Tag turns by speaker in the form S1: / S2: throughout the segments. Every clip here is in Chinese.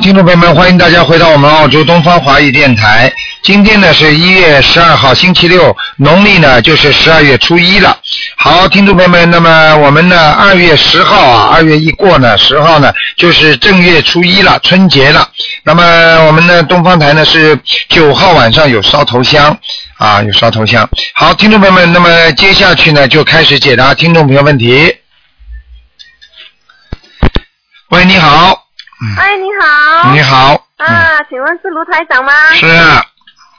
S1: 听众朋友们，欢迎大家回到我们澳洲东方华语电台。今天呢是一月十二号，星期六，农历呢就是十二月初一了。好，听众朋友们，那么我们呢二月十号啊，二月一过呢，十号呢就是正月初一了，春节了。那么我们呢东方台呢是九号晚上有烧头香啊，有烧头香。好，听众朋友们，那么接下去呢就开始解答听众朋友问题。喂，你好。
S2: 哎，你好。
S1: 你好，
S2: 啊，请问是卢台长吗？
S1: 是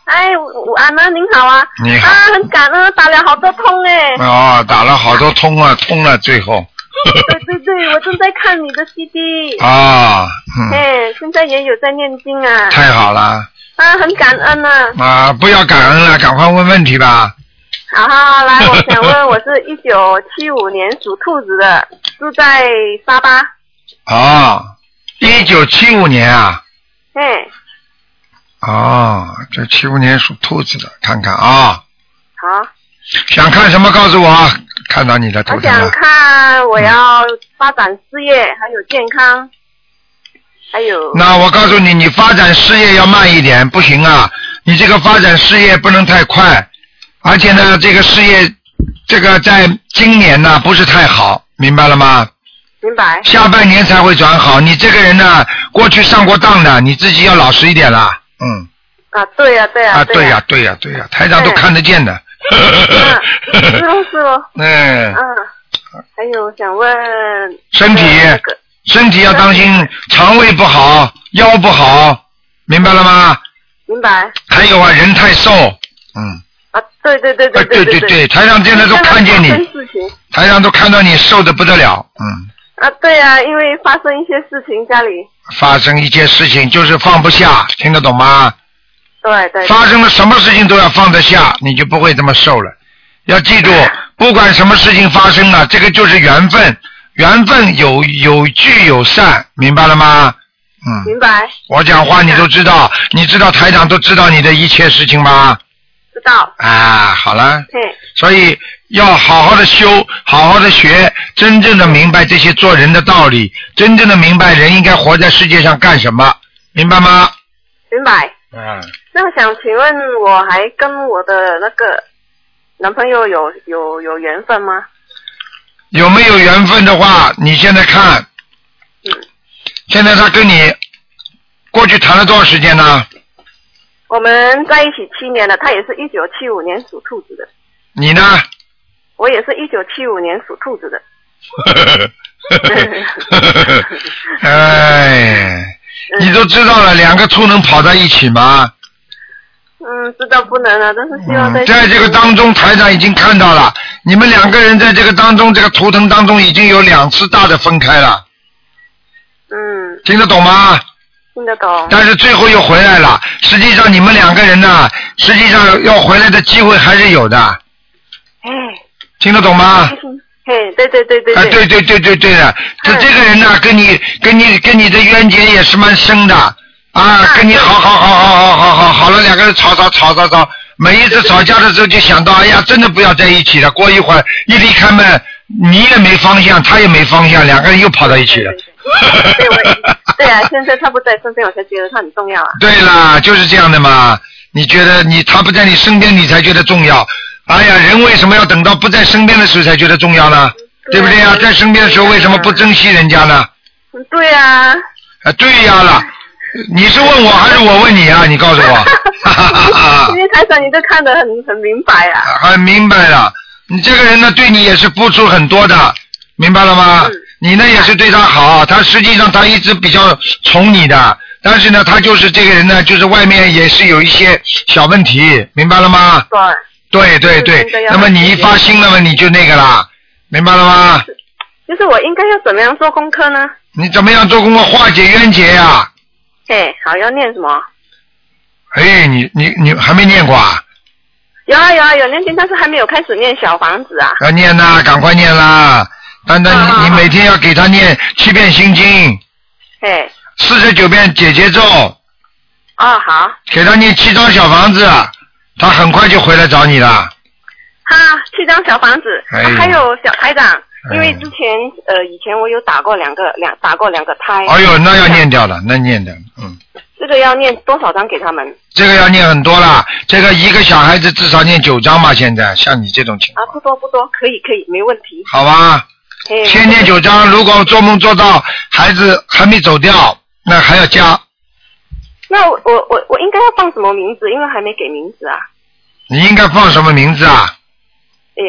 S2: 哎，午安呢，您好啊。
S1: 你好
S2: 啊，很感恩，打了好多通 哎。
S1: 哦，打了好多通啊，通了最后
S2: 对对对，我正在看你的 CD。
S1: 啊，嗯，
S2: 哎，现在也有在念经啊。
S1: 太好了
S2: 啊，很感恩呢、啊。
S1: 啊！不要感恩了，赶快问问题吧。
S2: 好好好，来，我想问，我是一九七五年属兔子的，住在沙巴。
S1: 哦，一九七五年啊，
S2: 哎，
S1: 哦，这七五年属兔子的，看看啊，
S2: 好，
S1: 想看什么告诉我啊，看到你的头
S2: 我
S1: 像
S2: 想
S1: 了。
S2: 看我要发展事业，还有健康，还有
S1: 那我告诉你，你发展事业要慢一点，不行啊！你这个发展事业不能太快，而且呢，这个事业，这个在今年呢不是太好，明白了吗？
S2: 明白。
S1: 下半年才会转好。你这个人呢，过去上过当的，你自己要老实一点啦。嗯，
S2: 啊，对呀、对呀、
S1: 啊，对
S2: 呀、
S1: 呀、对呀、对呀、台长都看得见的。
S2: 嗯是 咯是咯，
S1: 嗯，
S2: 嗯，还有想问呃
S1: 身体
S2: 那个
S1: 身体要当心，肠胃不好，腰不好，明白了吗？
S2: 明白
S1: 还有啊，人太瘦。嗯。
S2: 啊？对对对
S1: 哎，
S2: 对
S1: 对
S2: 对，
S1: 对，台长现在都看见
S2: 发生
S1: 你，
S2: 事情
S1: 台长都看到你瘦的不得了，嗯，
S2: 啊，对呀、因为发生一些事情，家里
S1: 发生一件事情就是放不下，听得懂吗？
S2: 对对
S1: 发生了什么事情都要放得下，你就不会这么瘦了。要记住，不管什么事情发生了，这个就是缘分，缘分有有聚有散，明白了吗？嗯，
S2: 明白
S1: 我讲话你都知道，你知道台长都知道你的一切事情吗？
S2: 知道，
S1: 啊，好了。
S2: 嘿，
S1: 所以要好好的修，好好的学，真正的明白这些做人的道理，真正的明白人应该活在世界上干什么，明白吗？
S2: 明白。
S1: 嗯，
S2: 那我想请问，我还跟我的那个男朋友有有有缘分吗？
S1: 有没有缘分的话，你现在看，
S2: 嗯，
S1: 现在他跟你过去谈了多少时间呢？
S2: 我们在一起七年了，他也是一九七五年属兔子的，
S1: 你呢？
S2: 我也是一九七五年属兔子的。
S1: 哎，你都知道了，两个猪能跑在一起吗？
S2: 嗯，知道不能了，但是希望在、
S1: 嗯，在这个当中，台长已经看到了，你们两个人在这个当中，这个图腾当中已经有两次大的分开了，
S2: 嗯
S1: 听得懂吗？
S2: 听得懂，
S1: 但是最后又回来了。实际上，你们两个人呢，实际上要回来的机会还是有的，
S2: 哎，
S1: 听得懂吗？
S2: 嘿，对对对对
S1: 啊，
S2: 对，
S1: 对对对对对的，这
S2: 嗯
S1: 这个人呢，跟你跟你跟你的冤结也是蛮深的啊，跟你好好好好好好好好了，两个人吵吵吵吵吵，每一次吵架的时候就想到，哎呀，真的不要在一起了。过一会儿一离开门，你也没方向，他也没方向，两个人又跑到一起了。
S2: 对我也对啊，现在他不在身边，我才觉得他很重要啊。
S1: 对啦，就是这样的嘛。你觉得你他不在你身边，你才觉得重要。哎呀，人为什么要等到不在身边的时候才觉得重要呢？对不对呀、在身边的时候为什么不珍惜人家呢？
S2: 嗯对啊，
S1: 啊，对呀了，你是问我还是我问你啊？你告诉我，哈哈哈
S2: 因为台长你都看得很很明白啊。
S1: 哈，很明白了。你这个人呢，对你也是付出很多的，明白了吗
S2: 嗯？
S1: 你呢也是对他好，他实际上他一直比较宠你的，但是呢，他就是这个人呢，就是外面也是有一些小问题，明白了吗？
S2: 对，
S1: 对对
S2: 嗯真
S1: 对
S2: 的，要
S1: 那么你一发心了嘛，你就那个啦，明白了吗？
S2: 就是我应该要怎么样做功课呢？
S1: 你怎么样做功课化解冤结呀、
S2: 嘿，好，要念什么？
S1: 哎，你你你还没念过啊？
S2: 有啊有啊有念经，但是还没有开始念小房子啊。
S1: 要念呐，赶快念啦！丹丹，
S2: 啊
S1: 你
S2: 啊
S1: 你每天要给他念七遍心经，
S2: 嘿，
S1: 四十九遍解结咒，
S2: 哦好，
S1: 给他念七张小房子，他很快就回来找你了。
S2: 哈，七张小房子，
S1: 哎
S2: 啊还有小台长，
S3: 因为之前呃以前我有打过两个两打过两个
S4: 嗯
S3: 胎。
S1: 哎呦，那要念掉了，那念掉了，嗯，
S3: 这个要念多少张给他们？
S1: 这个要念很多啦，这个一个小孩子至少念九章吧，现在像你这种情
S3: 啊，
S1: 况，
S3: 不多不多，可以可以，没问题。
S1: 好吧？
S4: 嗯
S3: 哎
S1: 先念九章，如果做梦做到孩子还没走掉，那还要加。
S3: 那我我我我应该要放什么名字？因为还没给名字啊。
S1: 你应该放什么名字啊？
S3: 哎，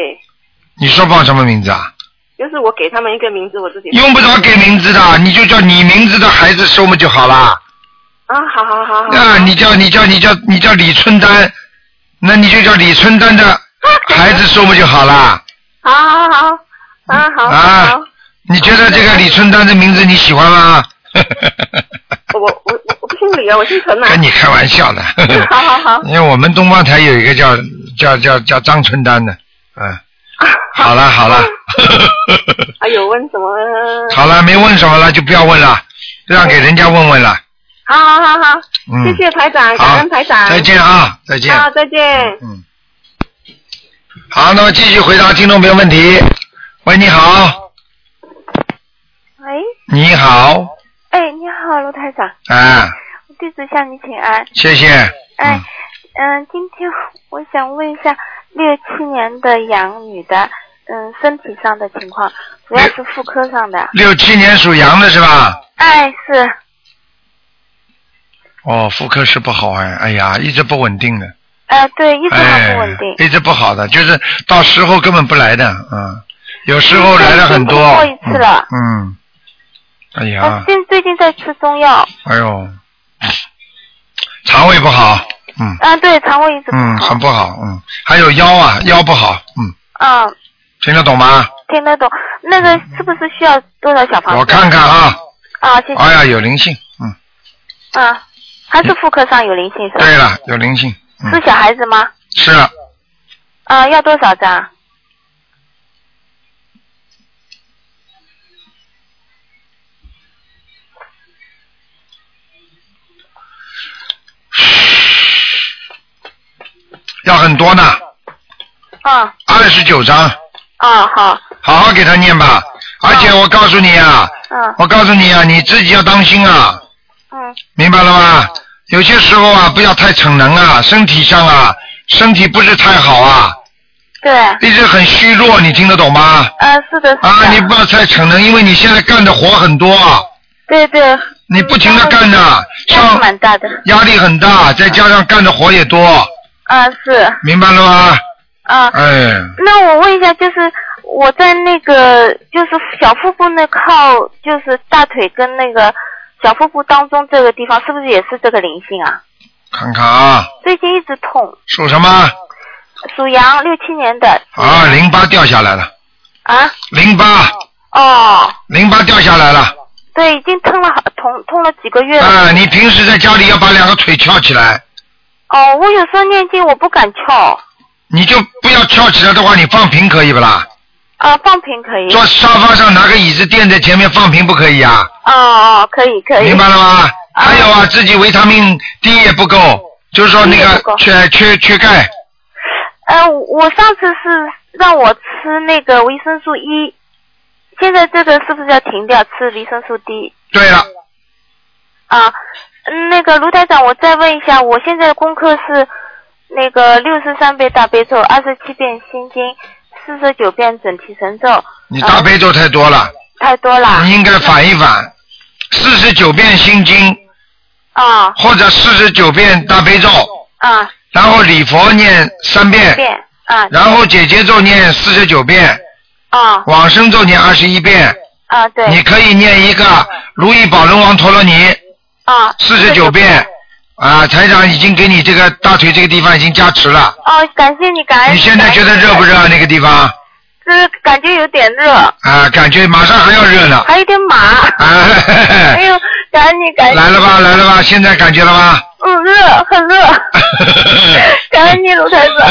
S1: 你说放什么名字啊？
S3: 就是我给他们一个名字，我自己
S1: 用不着给名字的，你就叫你名字的孩子收嘛就好啦。
S3: 啊，好好好好。
S1: 那你叫你叫你叫你叫李春丹，那你就叫李春丹的孩子收嘛就好啦。
S3: 好好好啊好
S1: 啊
S3: 好，
S1: 你觉得这个李春丹的名字你喜欢吗？
S3: 我我我我不姓李啊，我姓陈啊。
S1: 跟你开玩 笑的。
S3: 好好好
S1: 因为我们东方台有一个叫叫叫叫张春丹的，嗯，好了好了，
S3: 还有哎问什么？
S1: 好了，没问什么了，就不要问了，让给人家问问了。
S3: 好好好好，
S1: 嗯，
S3: 谢谢台长，
S1: 好
S3: 感恩台长。
S1: 再。见啊，再见。
S3: 好，再见。
S1: 嗯。好，那么继续回答听众朋友问题。喂，你好，
S5: 喂，
S1: 你好，
S5: 哎，你好，卢台长，
S1: 啊，
S5: 弟子向你请安。
S1: 谢谢。
S5: 哎，嗯、今天我想问一下，六七年的羊女的，嗯，身体上的情况，主要
S1: 哎
S5: 是妇科上的。
S1: 六七年属羊的是吧？
S5: 哎，是，
S1: 哦，妇科是不好哎，哎呀，一直不稳定的，
S5: 呃，对，一直
S1: 哎，
S5: 很不稳定。
S1: 一直不好的，就是到时候根本不来的，嗯，有时候来了很多，
S5: 已经过一次了啊
S1: 嗯，嗯哎
S5: 我
S1: 呀，
S5: 最最近在吃中药，
S1: 哎呦，肠胃不好，嗯
S5: 啊，对，肠胃一直不
S1: 嗯，
S5: 好
S1: 很，不好，嗯，还有腰啊，腰不好，嗯，
S5: 嗯，
S1: 听得懂吗？
S5: 听得懂。那个是不是需要多少小房子？
S1: 我看看啊，
S5: 啊，谢谢。
S1: 哎呀，有灵性，嗯，
S5: 嗯，还是妇科上有灵性是吧？
S1: 对了，有灵性，嗯，
S5: 是小孩子吗？
S1: 是啊，
S5: 啊，要多少张？
S1: 要很多呢，
S5: 嗯，
S1: 二十九章，
S5: 啊，好，
S1: 好好给他念吧。而且我告诉你啊，
S5: 嗯
S1: 我告诉你啊，你自己要当心啊，
S5: 嗯
S1: 明白了吗？有些时候啊，不要太逞能啊，身体上啊，身体不是太好啊，，
S5: 对，
S1: 一直很虚弱，你听得懂吗？
S5: 啊，是的，是的，
S1: 啊，你不要太逞能，因为你现在干的活很多，啊，
S5: 对对，
S1: 你不停的干呐、
S5: 压力
S1: 像
S5: 蛮大的，
S1: 压力很大，再加上干的活也多，
S5: 啊是，
S1: 明白了吗？
S5: 啊，
S1: 哎，
S5: 那我问一下，就是我在那个就是小腹部那靠就是大腿跟那个小腹部当中这个地方，是不是也是这个灵性啊？
S1: 看看啊，
S5: 最近一直痛，
S1: 属什么？
S5: 属羊，六七年的
S1: 啊，淋巴掉下来了，
S5: 啊，
S1: 淋巴，
S5: 哦，
S1: 淋巴掉下来了。
S5: 对，已经痛了好痛痛了几个月了。
S1: 啊，你平时在家里要把两个腿翘起来，
S5: 哦，我有时候念经我不敢翘，
S1: 你就不要翘起来的话，你放平可以不啦？
S5: 啊，放平可以，
S1: 坐沙发上拿个椅子垫在前面放平不可以啊？
S5: 哦哦，可以可以，
S1: 明白了吗？
S5: 啊
S1: 还有啊，自己维他命 D 也不够，就是说那
S5: D 也不
S1: 个
S5: 够
S1: 缺缺缺钙，
S5: 呃，我上次是让我吃那个维生素 E，现在这个是不是要停掉吃维生素 D
S1: 对了，
S5: 啊？嗯那个卢台长，我再问一下，我现在的功课是那个六十三遍大悲咒，二十七遍心经，四十九遍准提神咒，呃
S1: 你大悲咒太多了，
S5: 太多了
S1: 你应该反一反，四十九遍心经
S5: 啊
S1: 或者四十九遍大悲咒，
S5: 啊！
S1: 然后礼佛念三遍，
S5: 遍啊
S1: 然后姐姐咒念四十九遍，
S5: 啊
S1: 往生咒念二十一遍，
S5: 啊对
S1: 你可以念一个如意宝轮王陀罗尼
S5: 啊
S1: 四十九遍。啊，台长已经给你这个大腿这个地方已经加持了，
S5: 哦，感谢你，感恩。
S1: 你现在觉得热不热啊？那个地方
S5: 这感觉有点热，
S1: 啊，感觉马上还要热呢。
S5: 还有点麻。
S1: 啊， 嘿嘿
S5: 哎
S1: 嘿
S5: 呦，感恩你，感恩你。
S1: 来了吧，来了吧，现在感觉了 吧？
S5: 嗯，热，很 热。感恩你，卢台长，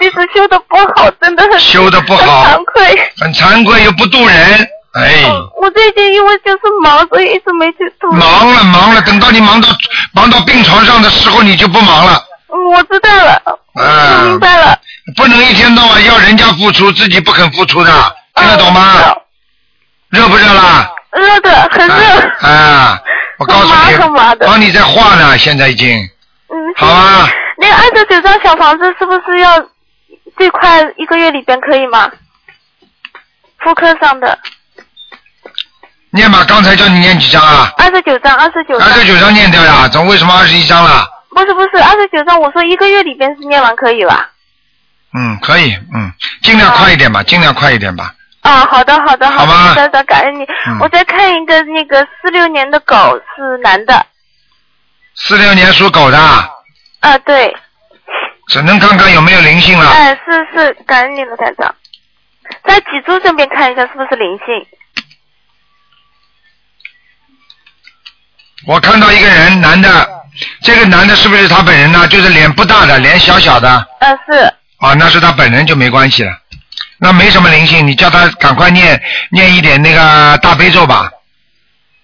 S5: 弟子修的不好，真的很
S1: 嗯修的不
S5: 很
S1: 好
S5: 惭，愧。
S1: 很惭愧又不渡人，哎，
S5: 嗯我最近因为就是忙，所以一直没去读。
S1: 忙了忙了，等到你忙到忙到病床上的时候，你就不忙了。
S5: 嗯我知道了，
S1: 啊
S5: 我明白了。
S1: 不能一天到晚要人家付出，自己不肯付出的，听得懂吗？热不热啦？
S5: 嗯热的很热，
S1: 啊啊！我告诉
S5: 很麻很麻
S1: 你，
S5: 的
S1: 帮你在画呢，现在已经
S5: 嗯，
S1: 好啊。
S5: 那个二十九张小房子是不是要最快一个月里边可以吗？妇科上的
S1: 念吧，刚才叫你念几张啊？
S5: 二十九张，二十九张
S1: 二，十九张念掉呀，怎么为什么二十一张了？
S5: 不是不是二十九张，我说一个月里边是念完可以吧？
S1: 嗯，可以，嗯，尽量快一点吧，尽量快一点吧。
S5: 啊，好的好的
S1: 好吧
S5: 的，等等，感恩你。
S1: 嗯
S5: 我再看一个那个四六年的狗是男的，
S1: 四六年属狗的，
S5: 啊对，
S1: 只能看看有没有灵性了。
S5: 哎是是，感恩你罗台长。在脊柱这边看一下是不是灵性？
S1: 我看到一个人，男的，这个男的是不是他本人呢？就是脸不大的，脸小小的，
S5: 呃是，
S1: 啊，那是他本人就没关系了，那没什么灵性，你叫他赶快念念一点那个大悲咒吧，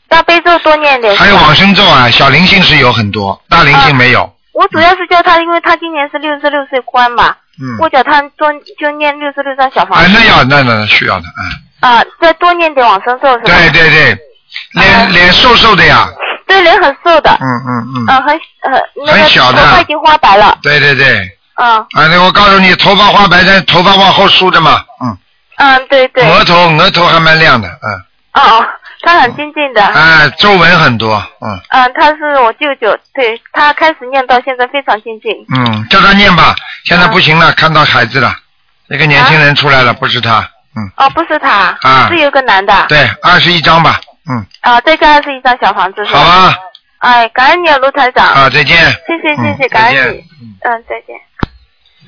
S5: 大悲咒多念点。
S1: 还有往生咒啊，小灵性是有很多，大灵性没有。
S5: 我主要是叫他，因为他今年是六十六岁关嘛，
S1: 嗯，
S5: 我叫他多就念六十六张小房
S1: 哎，
S5: 子
S1: 那要那那那需要的，嗯，
S5: 啊，再多念点往生咒是吧？
S1: 对对对，脸
S5: 嗯
S1: 脸瘦瘦的呀，
S5: 对，人很瘦的，
S1: 嗯嗯嗯，
S5: 嗯，很很那
S1: 很
S5: 个
S1: 小
S5: 头
S1: 的
S5: 发已经花白了，
S1: 对对对，
S5: 嗯
S1: 啊，那我告诉你，头发花白的，头发往后梳的嘛，嗯，
S5: 嗯，对对，
S1: 额头额头还蛮亮的，嗯，
S5: 哦哦，他很精进的，
S1: 哎，皱纹很多，嗯
S5: 嗯，他是我舅舅，对他开始念到现在非常精进，
S1: 嗯，叫他念吧，现在不行了，看到孩子了，一个年轻人出来了，不是他，嗯。
S5: 哦，不是他，
S1: 啊
S5: 是有个男的，
S1: 对，二十一张吧，嗯，
S5: 啊，再加上是一张小房子，是吧
S1: 好，吧，
S5: 哎，感恩你啊，卢台长，
S1: 啊，再见。
S5: 谢谢谢谢，
S1: 嗯
S5: 感
S1: 再
S5: 恩
S1: 见
S5: 你，嗯，再见。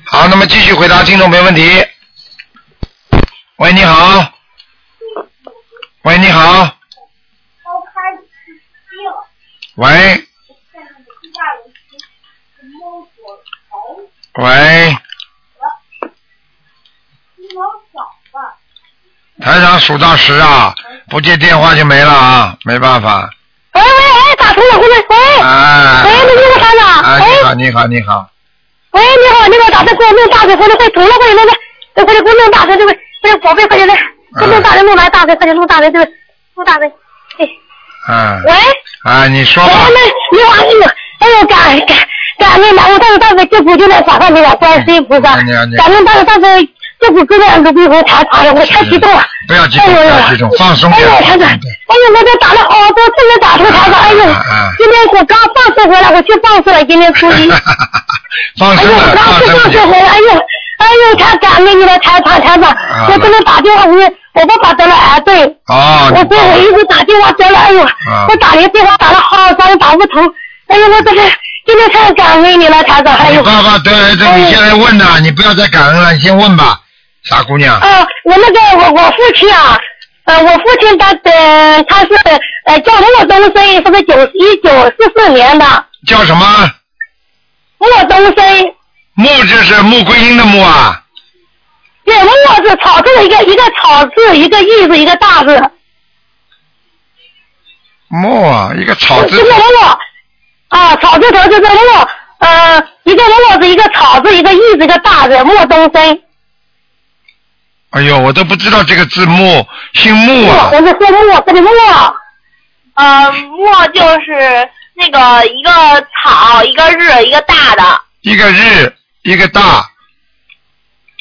S1: 好，那么继续回答听众朋友问题。喂，你好。喂，你好。喂。喂。台长数到十啊，不接电话就没了啊，没办法。
S6: 喂喂喂，哎打通了，现在喂、
S1: 哎。
S6: 喂，那个台长，
S1: 哎，
S6: 喂
S1: 你好，你好，你好。
S6: 喂，你好，那个打算给我弄大的，回来快涂了，快点弄吧，快点给我弄大的，这个，快点宝贝，快点来，给我
S1: 啊
S6: 弄大的，弄完大的，快点弄大的，这个，弄大的，哎，
S1: 嗯。
S6: 喂，
S1: 啊，你说
S6: 喂，
S1: 吧。
S6: 那你好，哎呦，哎呦，感感感恩南无大慈大悲救苦救难广大灵感观世音菩
S1: 啊
S6: 萨，感恩大慈大悲救苦救难卢比红台长，我太激动了。
S1: 不要激动，不要激动，放松
S6: 哎
S1: 点
S6: 呦，台长，哎
S1: 嗯。啊
S6: 呦，我这打了好多次没打通台长，哎呦，今天我刚放松回来，我去放松了，今天初一。
S1: 放
S6: 哎
S1: 松
S6: 呦，
S1: 了，
S6: 我刚
S1: 放
S6: 去
S1: 松
S6: 放学
S1: 一点
S6: 回来，哎呦，哎呦，太感恩你了，台长台长，
S1: 啊
S6: 我真的打电话，我我爸爸得了癌症，
S1: 哦，
S6: 我说我一直打电话得了，哎
S1: 啊
S6: 呦，我打了电话打了好长打不通，哎呦，我真的真的太感恩你了，台长，哎
S1: 你
S6: 呦，
S1: 爸爸对对对，你现在问呐，你不要再感恩了，你先问吧，傻姑娘。
S6: 啊，我那个我我父亲啊，呃，我父亲他呃他是呃叫莫东升，是个九一九四四年的
S1: 叫什么？
S6: 莫东升，
S1: 木就是穆桂英的木啊，
S6: 对，莫是草字的一个一个草字，一个玉字，一个大字。
S1: 木啊，一个草字
S6: 就是
S1: 头。
S6: 木木，啊，草字头就是木，呃，一个木字，一个草字，一个玉字，一个大字，莫东升。
S1: 哎呦，我都不知道这个字木，姓穆啊
S6: 我。是说木，这里木，
S7: 呃，墨就是那个一个草，一个日，一个大的。
S1: 一个日，一个大。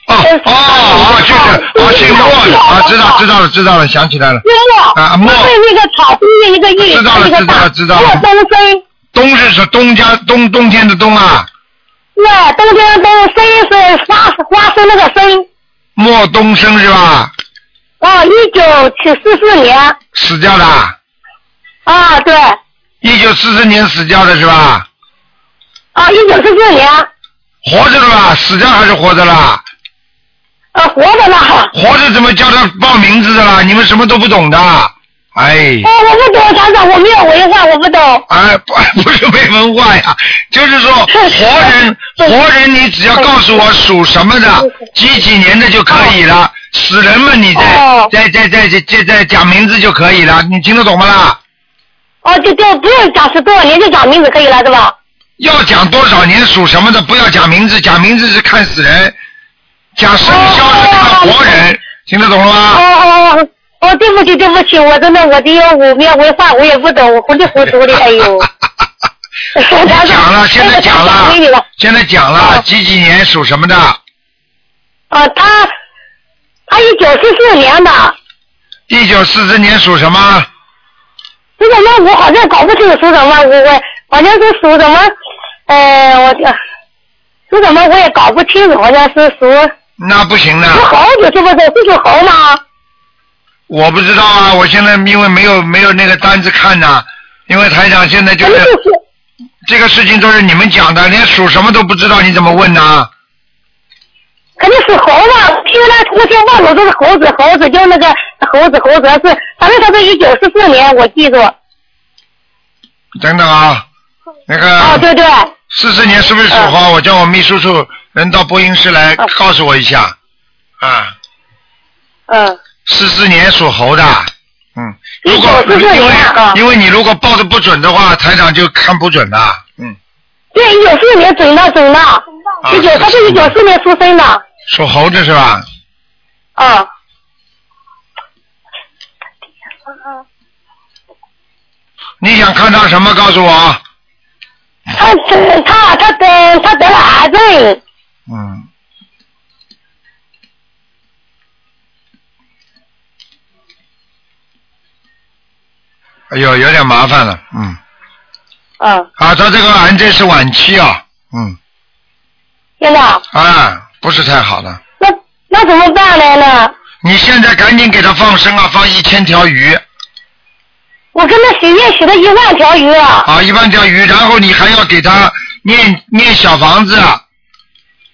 S1: 哦
S6: 哎
S1: 哦哦，就是哦，姓莫的啊，知道知道了知道了，想起来了，
S6: 是木，
S1: 啊木
S6: 它是那个草字，一个玉，
S1: 知道了
S6: 一个大，
S1: 知道了知道了
S6: 莫东升，
S1: 冬日是东家冬冬天的冬啊，
S6: 对，东边东升是花花生那个生，
S1: 莫东升是吧？
S6: 啊，一九七四四年，
S1: 死掉的，
S6: 啊，对，
S1: 一九四四年死掉的是吧？
S6: 啊，一九四四年，
S1: 活着的吧？死掉还是活着啦？
S6: 啊，活着呢。
S1: 活着怎么叫他报名字的啦？你们什么都不懂的，哎
S6: 哦，我不懂，厂长，我没有文化，我不懂。
S1: 哎， 不不是没文化呀，就是说活人活人，你只要告诉我属什么的，几几年的就可以了。死人嘛，你再
S6: 哦
S1: 再再再再再再讲名字就可以了，你听得懂吗啦？
S6: 哦，就就不用讲是多少年，就讲名字可以了，是吧？
S1: 要讲多少年属什么的，不要讲名字，讲名字是看死人。假设你消了他活人，听得懂了吗？
S6: 哦哦哦，对不起对不起，我真的我只有五庙文化，我也不懂，我糊里糊涂的，哎呦。
S1: 讲
S6: 讲
S1: 了，现在讲了，哦现在讲了，几几年属什么的？
S6: 啊，他他一九四四年的，
S1: 一九四四年属什么？
S6: 这个那我好像搞不清楚属什么，我我好像是属什么，呃，我这属什么我也搞不清楚，好像是属属
S1: 那不行的，
S6: 猴子是不是？是属猴吗？
S1: 我不知道啊，我现在因为没有没有那个单子看呐、因为台长现在就
S6: 不
S1: 是
S6: 是是
S1: 这个事情都是你们讲的，连属什么都不知道，你怎么问呢、
S6: 肯定是猴嘛，因为他我先忘了都是猴子，猴子就那个呃猴子猴子是，反正他是一九四四年，我记
S1: 嗯
S6: 住。
S1: 等等啊，那
S6: 哦，
S1: 个
S6: 对对，
S1: 四四年是不是属
S6: 啊
S1: 猴？我叫我秘书处人到播音室来告诉我一下。啊，
S6: 嗯，
S1: 四四年属猴的，嗯，如果
S6: 1944
S1: 因为
S6: 年啊
S1: 因为你如果报的不准的话，台长就看不准了，嗯，
S6: 对，一九四年准的准的，一九他是一九四年出生的，
S1: 啊属猴子是吧？
S6: 啊、嗯，
S1: 你想看到什么？告诉我。
S6: 他得他他得他得了癌症，
S1: 嗯。哎呦，有点麻烦了，嗯。
S6: 嗯，
S1: 啊，他这个癌症是晚期啊，嗯，
S6: 真的，
S1: 啊，不是太好的。
S6: 那那怎么办来呢？
S1: 你现在赶紧给他放生啊，放一千条鱼
S6: 我跟他许愿许了一万条鱼了，
S1: 啊，一万条鱼，然后你还要给他念念小房子，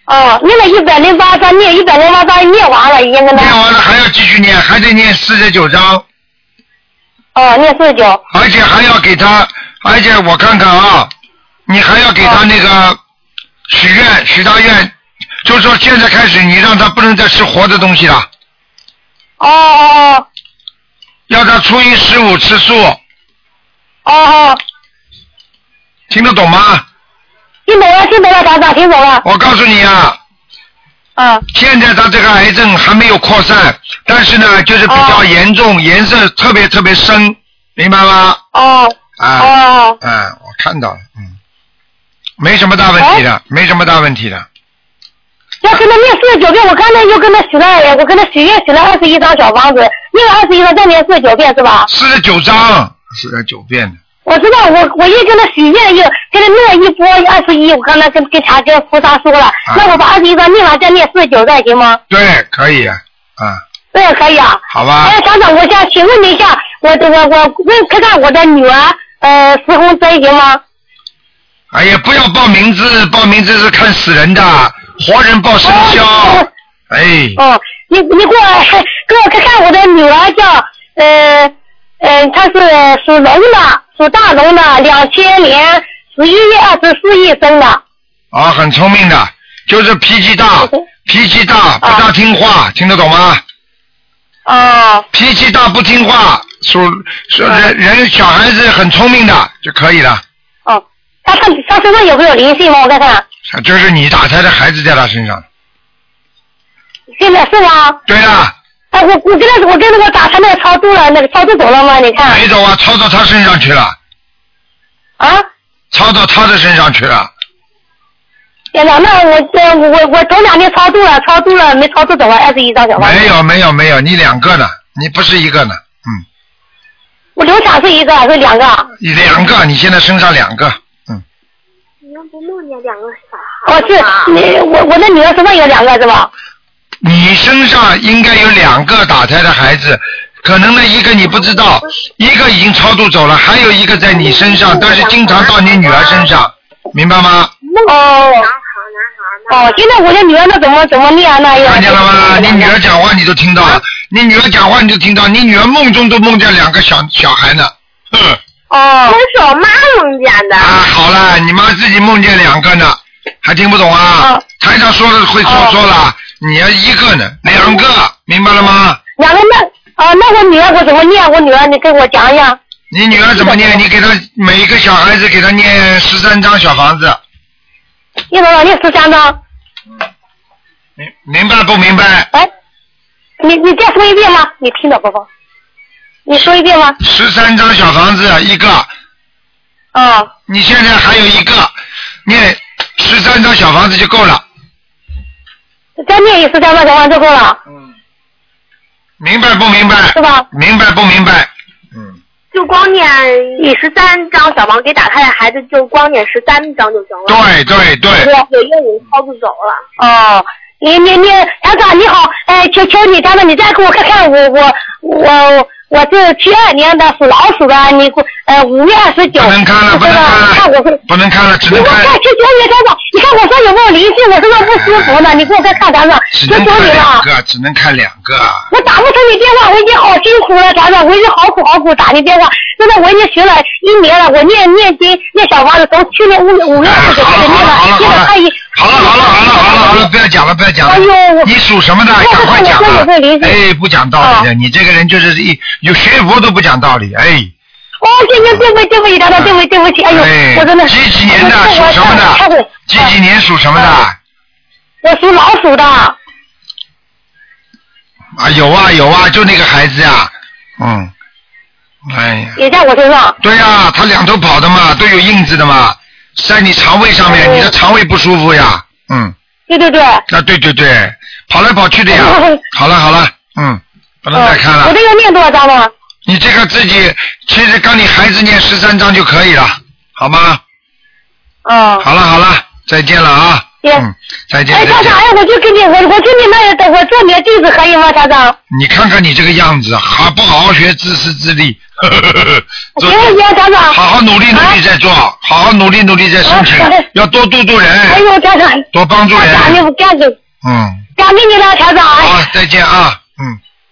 S6: 啊、念了一百零八章，念一百零八章念完了，已经跟
S1: 念
S6: 他，
S1: 完了还要继续念，还得念四十九章，
S6: 哦，念四十九，
S1: 而且还要给他，而且我看看啊，你还要给他那个许愿许大愿，就是说现在开始你让他不能再吃活的东西了，
S6: 哦哦
S1: 要他初一十五吃素，
S6: 哦哦哦，
S1: 听得懂吗？
S6: 听懂了听懂了，台长听懂了，
S1: 我告诉你啊，
S6: 嗯。
S1: 现在他这个癌症还没有扩散，但是呢，就是比较
S6: 哦
S1: 严重，颜色特别特别深，明白吗？
S6: 哦
S1: 啊、
S6: 哦，
S1: 嗯，我看到了，嗯，没什么大问题的，没什么大问题的，
S6: 要跟他念四十九遍，我刚才又跟他许了，我跟他许愿许了二十一张小房子，念了二十一张，再念四十九遍是吧？
S1: 四十九章，四十九遍的。
S6: 我知道，我我又跟他许愿，又跟他念一波二十一，我刚才跟跟查跟菩萨说了，那我把二十一张念完再念四十九再行吗？
S1: 对，可以啊，啊，
S6: 这也可以啊。
S1: 好吧
S6: 哎，，厂长，我想请问你一下，我我我问看看我的女儿，呃，石红珍行吗？
S1: 哎呀，不要报名字，报名字是看死人的，活人报生肖
S6: 哦，
S1: 哎，
S6: 哦，你你给我给我看看我的女儿叫呃呃，她是属龙的，属大龙的，两千年十一月二十四日生的。
S1: 啊，很聪明的，就是脾气大，脾气大，不大听话，听得懂吗？
S6: 哦
S1: 脾气大不听话，属属人人小孩子很聪明的就可以了，
S6: 哦，她身她身上有没有灵性吗？我看看，
S1: 就是你打胎的孩子在他身上。
S6: 现在是吗？
S1: 对了，
S6: 哎，我我跟她我跟着我打她那个超度了，那个超度走了吗？你看
S1: 没走啊，抄到他身上去了，
S6: 啊，
S1: 抄到他的身上去了。
S6: 天哪，那我这我我我头两天超度了，超度了没超度走了二十一张小房子
S1: 没有没有没有，你两个呢，你不是一个呢，嗯，
S6: 我流产是一个还是两个？
S1: 你两个，你现在身上两个，嗯，
S6: 哦，是你我我的女儿身上有两个是吧？
S1: 你身上应该有两个打胎的孩子，可能呢一个你不知道，一个已经超度走了，还有一个在你身上，但是经常到你女儿身上，明白吗？
S6: 哦，哦，现在我的女儿那怎么怎么念啊那要
S1: 看见了吗？你女儿讲话你都听到了，你女儿讲话你都听到，你女儿梦中都梦见两个小小孩呢。嗯
S6: 哦
S7: 那是我妈梦见的
S1: 啊，好了，你妈自己梦见两个呢，还听不懂啊
S6: 哦？
S1: 台上说的会说错了，你要一个呢，两个，明白了吗？
S6: 两个那啊、那我女儿我怎么念？我女儿你给我讲一讲。
S1: 你女儿怎么念？你给她每一个小孩子给她念十三张小房子，
S6: 一楼老念十三张。
S1: 明明白不明白？
S6: 哎，你你再说一遍吗？你听到不不？你说一遍吗？
S1: 十三张小房子一个，
S6: 哦，
S1: 你现在还有一个，念十三张小房子就够了。
S6: 再念一次三万多万就够了，
S1: 嗯明白不明白
S6: 是？吧？
S1: 明白不明白？嗯，
S7: 就光念十三张小王给打开的孩子，就光念十三张就行了。
S1: 对对对，
S7: 对，有业务操作走了。
S6: 哦，你你你，台长你好，哎，求求你，台长你再给我看看我我我我是七二年的属老鼠的，你给我呃五月二十九，
S1: 不能看了，不能
S6: 看
S1: 看
S6: 我
S1: 了
S6: 会。，
S1: 不能看了，只
S6: 你给
S1: 能
S6: 我
S1: 看
S6: 看，求求你，台长，你看我说有没有灵性，我这个不舒服呢，你给我看看，台长，
S1: 只
S6: 求
S1: 能
S6: 求
S1: 看
S6: 你
S1: 两
S6: 了。
S1: 个，只能看两个。
S6: 我打不通你电话，我已经好辛苦了，台长，我已经好苦好苦打你电话，真的我已经学了一年了，我念念经念小房子，从去年五五月二十九开 始念了，念了快一，
S1: 哎好了好了好了好了好了，不要讲了不要讲了。
S6: 哎呦我
S1: 你属什么的？赶快讲啊！哎，不讲道
S6: 啊
S1: 理的，你这个人就是一有学佛都不讲道理，哎。
S6: 哦，对对对不起对不起，台长对不起对不起，哎
S1: 哎
S6: 呦，我真的，
S1: 几几年的
S6: 我真
S1: 属什么的
S6: 我忏悔
S1: 几几年属什么
S6: 啊
S1: 的？
S6: 我属老鼠的，
S1: 啊，有啊有啊，就那个孩子呀，嗯，哎呀，
S6: 也在我身上，
S1: 对呀、他两头跑的嘛，都有印子的嘛，在你肠胃上面，
S6: 哦
S1: 你的肠胃不舒服呀，嗯，
S6: 对对对，
S1: 啊对对对，跑来跑去 的呀
S6: 哦，
S1: 好了好了，嗯，不能再看
S6: 嗯我
S1: 了，
S6: 这个念多少张呢？
S1: 你这个自己其实刚你孩子念十三章就可以了，好吗？
S6: 嗯，
S1: 好了好了，再见了啊，
S6: 对
S1: 嗯，再见
S6: 哎，
S1: 再
S6: 台
S1: 见
S6: 长，。哎，我就跟你，我我去你那里等，我做你的弟子可以吗，台长？
S1: 你看看你这个样子，还不好好学自私自 利，呵呵呵呵
S6: 行行，台长，
S1: 好好努力努力再做，好好努力努力再申请
S6: 啊好的，
S1: 要多度度
S6: 啊哎
S1: 人，
S6: 呦，台长，
S1: 多
S7: 啊
S1: 帮助
S6: 台长，你
S1: 人。
S6: 不干给。
S1: 嗯，
S6: 感恩你了，台长，
S1: 好
S6: 哎，，
S1: 再见啊，嗯，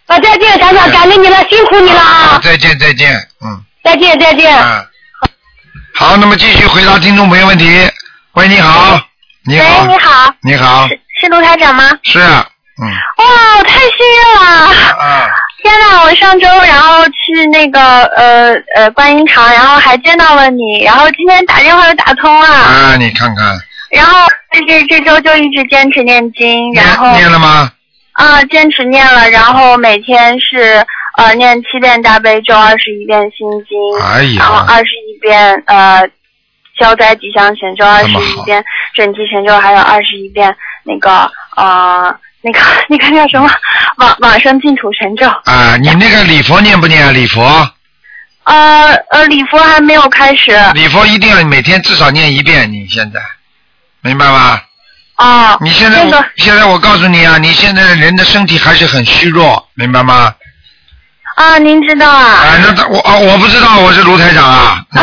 S6: 啊，再见，台长，感恩你了，辛苦你了
S1: 好，
S6: 啊，
S1: 再见再见，嗯
S6: 再见，再见。
S1: 嗯。好，那么继续回答听众朋友问题。喂，你好，你好，
S7: 好，
S1: 你好，
S7: 是卢台长吗？
S1: 是，嗯
S7: 哇，我太幸运了！
S1: 啊，
S7: 天呐，我上周然后去那个呃呃观音堂，然后还见到了你，然后今天打电话又打通了，
S1: 啊，你看看，
S7: 然后这这这周就一直坚持念经，然后
S1: 念念了吗？
S7: 啊、坚持念了，然后每天是呃念七遍大悲咒，二十一遍心经，
S1: 哎
S7: 然后
S1: 呀，
S7: 二十一遍呃消灾吉祥神咒，二
S1: 这
S7: 十
S1: 么
S7: 一
S1: 好
S7: 遍准提神咒，还有二十一遍那个呃那个 那个叫什
S1: 嗯
S7: 么往往生净土神咒。
S1: 啊，你那个礼佛念不念啊？礼佛，
S7: 呃呃，礼佛还没有开始
S1: 礼佛一定要每天至少念一遍，你现在明白吗？
S7: 啊。
S1: 你现在、
S7: 那个
S1: 现在我告诉你啊，你现在的人的身体还是很虚弱，明白吗？
S7: 啊，您知道
S1: 啊、
S7: 啊？
S1: 那他我啊，我不知道我是卢台 长啊。嗯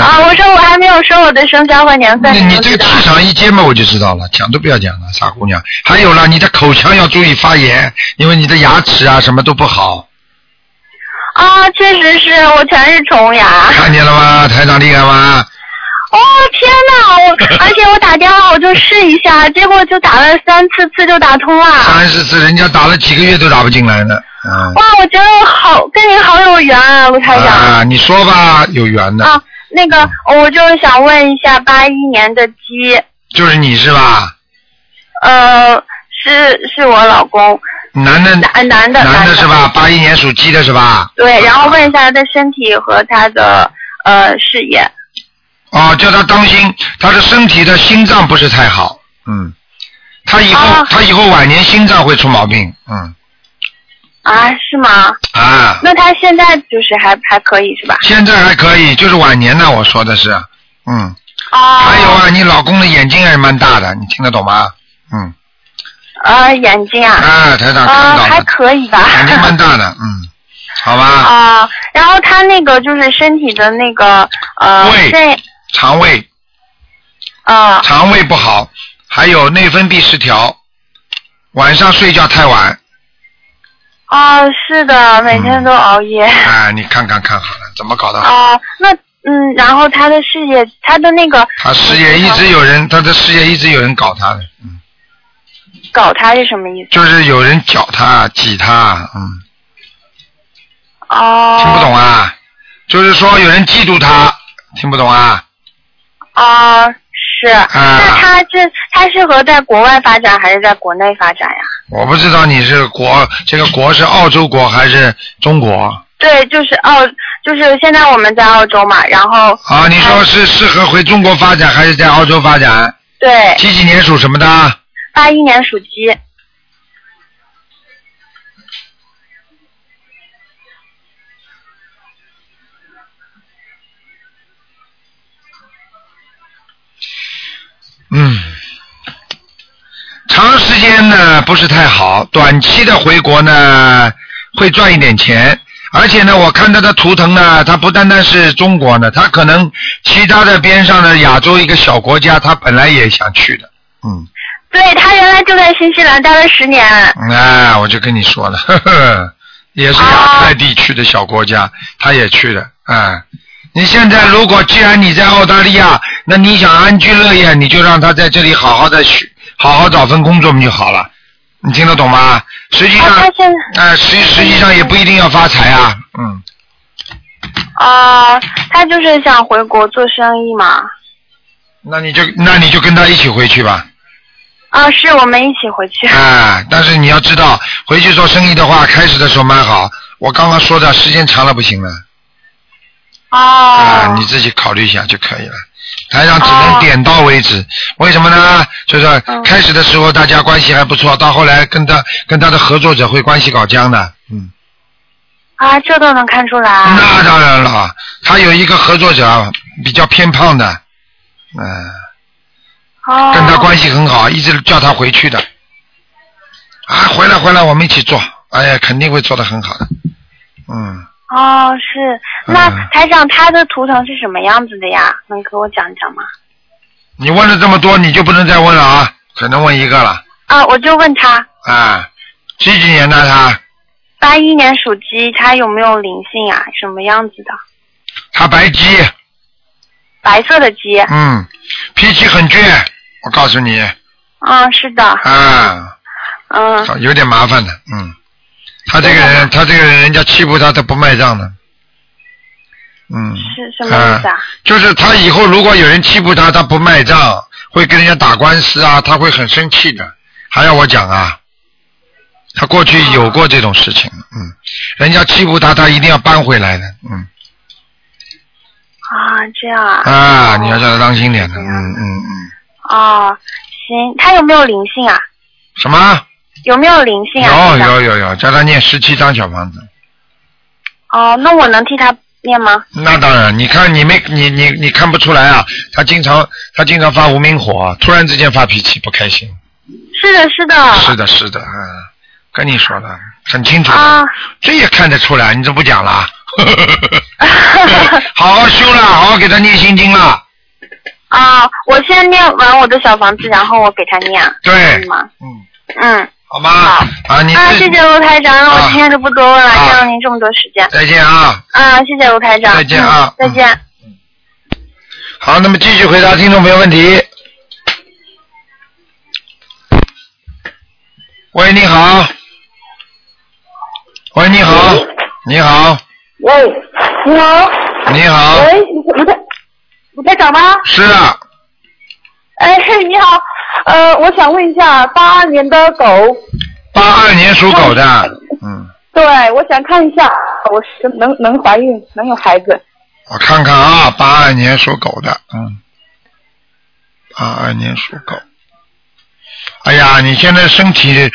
S7: 啊，我说我还没有说我的生肖和年份，
S1: 你
S7: 您
S1: 你
S7: 都
S1: 这个
S7: 知道
S1: 气场一接嘛，我就知道了，讲都不要讲了，傻姑娘。还有了，你的口腔要注意发炎，因为你的牙齿啊什么都不好，
S7: 啊？确实是我全是虫牙。
S1: 看见了吗？台长厉害吗？
S7: 哦天哪！我而且我打电话我就试一下，结果就打了三四次就打通了。
S1: 三十次人家打了几个月都打不进来呢，啊、
S7: 哇，我觉得我好跟您好有缘啊，卢台长。
S1: 啊，你说吧，有缘的，
S7: 啊，那个我就想问一下，八一年的鸡，
S1: 就是你是吧？
S7: 呃，是是我老公，
S1: 男的，
S7: 男男的
S1: 男的是吧？八一年属鸡的是吧？
S7: 对，然后问一下他的身体和他的呃事业。
S1: 哦，叫他当心，他的身体的心脏不是太好，嗯，他以后、
S7: 啊
S1: 他以后晚年心脏会出毛病，嗯
S7: 啊，是吗？
S1: 啊，
S7: 那他现在就是还还可以是吧？
S1: 现在还可以，就是晚年呢，我说的是，嗯，
S7: 啊
S1: 还有啊，你老公的眼睛还蛮大的，你听得懂吗？嗯，
S7: 啊，眼睛啊，
S1: 啊，台长看
S7: 啊，
S1: 到
S7: 还
S1: 了，
S7: 可以吧？
S1: 眼睛蛮大的，嗯，好吧，
S7: 啊，然后他那个就是身体的那个呃
S1: 胃
S7: 肺
S1: 肠胃
S7: 啊
S1: 肠胃不好，还有内分泌失调，晚上睡觉太晚，
S7: 啊，是的，每天都熬夜、
S1: 啊，你看看看好了，怎么搞的？
S7: 啊。那嗯，然后他的事业，他的那个
S1: 他事业一直有人，他的事业一直有人搞他的，嗯，
S7: 搞他是什么意思？
S1: 就是有人搅他、挤他，嗯，
S7: 哦，
S1: 听不懂啊？就是说有人嫉妒他，听不懂啊？
S7: 啊，是。那他这他适合在国外发展还是在国内发展呀？
S1: 我不知道你是国这个国是澳洲国还是中国
S7: 对，就是澳，就是现在我们在澳洲嘛，然后
S1: 啊？你说是适合回中国发展还是在澳洲发展？
S7: 对，
S1: 几几年属什么的？
S7: 八一年属鸡，
S1: 嗯，长时间呢不是太好，短期的回国呢会赚一点钱，而且呢，我看他的图腾呢，他不单单是中国呢，他可能其他的边上的亚洲一个小国家，他本来也想去的，嗯，
S7: 对他原来就在新西兰待了十年。
S1: 那、哎我就跟你说了，呵呵，也是亚太地区的小国家，他也去了，哎、你现在如果既然你在澳大利亚，那你想安居乐业，你就让他在这里好好的学，好好找份工作不就好了？你听得懂吗？实际上，
S4: 哦
S7: 啊，他现在
S1: 呃，实实际上也不一定要发财啊，嗯，
S7: 啊，他就是想回国做生意嘛。
S1: 那你就那你就跟他一起回去吧，
S7: 啊，是我们一起回去。
S1: 啊，但是你要知道，回去做生意的话，开始的时候蛮好，我刚刚说的时间长了不行了，
S7: 哦。
S1: 啊，你自己考虑一下就可以了。台上只能
S7: 哦
S1: 点到为止，为什么呢？就是开始的时候大家关系还不错，到后来跟他跟他的合作者会关系搞僵的，嗯，
S7: 啊，这都能看出来。
S4: 啊
S1: 那当然了，他有一个合作者比较偏胖的，嗯、
S7: 哦。
S1: 跟他关系很好，一直叫他回去的。啊，回来回来，我们一起做。哎呀，肯定会做得很好的。嗯，
S7: 哦，是。那
S1: 嗯
S7: 台长，他的图腾是什么样子的呀？能给我讲讲吗？
S1: 你问了这么多，你就不能再问了啊，只能问一个了。
S7: 啊，我就问他，
S1: 啊，几几年的他？
S7: 八一年属鸡，他有没有灵性啊？什么样子的？
S1: 他白鸡，
S7: 白色的鸡。
S1: 嗯，脾气很倔，我告诉你，
S7: 啊，是的。
S1: 啊，
S7: 嗯，
S1: 有点麻烦的，嗯。他这个人，他这个人，人家欺负他，他不卖账的。嗯。
S7: 是什么意思啊？
S1: 就是他以后如果有人欺负他，他不卖账，会跟人家打官司啊，他会很生气的。还要我讲啊？他过去有过这种事情，嗯，人家欺负他，他一定要扳回来的，嗯
S7: 啊，这样啊。
S1: 啊，你要叫他当心点的，嗯嗯嗯，
S7: 哦，行，他有没有灵性啊？
S1: 什么？
S7: 有没有灵性啊？
S1: 有
S7: 台长
S1: 有有有，叫他念十七张小房子。
S7: 哦，那我能替他念吗？
S1: 那当然，你看你没你你你看不出来啊？他经常他经常发无名火，啊突然之间发脾气，不开心。
S7: 是的，是的。
S1: 是的，是的，嗯，跟你说了，很清楚的。
S7: 啊，
S1: 这也看得出来，你怎么不 讲了？好好修了，好好给他念心经了。
S7: 啊，我先念完我的小房子，然后我给他念，可
S1: 对
S7: 以，吗？
S1: 嗯，
S7: 嗯，
S1: 好吗？
S7: 好
S1: 啊，你
S7: 啊，
S1: 自
S7: 谢谢卢台长，让我
S1: 啊
S7: 今天就不多问了，
S1: 啊
S7: 占用您这么多时间。
S1: 再见啊！
S7: 啊，谢谢卢台长，
S1: 再见啊
S7: 嗯再见。
S1: 好，那么继续回答听众朋友问题。喂，你好。喂，你好，你好，
S6: 喂，你好，
S1: 你好，
S6: 喂，卢台，卢台长吗？
S1: 是啊，
S6: 哎，你好，呃，我想问一下，八二年的狗，
S1: 八二年属狗的，嗯，
S6: 对，我想看一下，我是能能怀孕，能有孩子？
S1: 我看看啊，八二年属狗的，嗯，八二年属狗。哎呀，你现在身体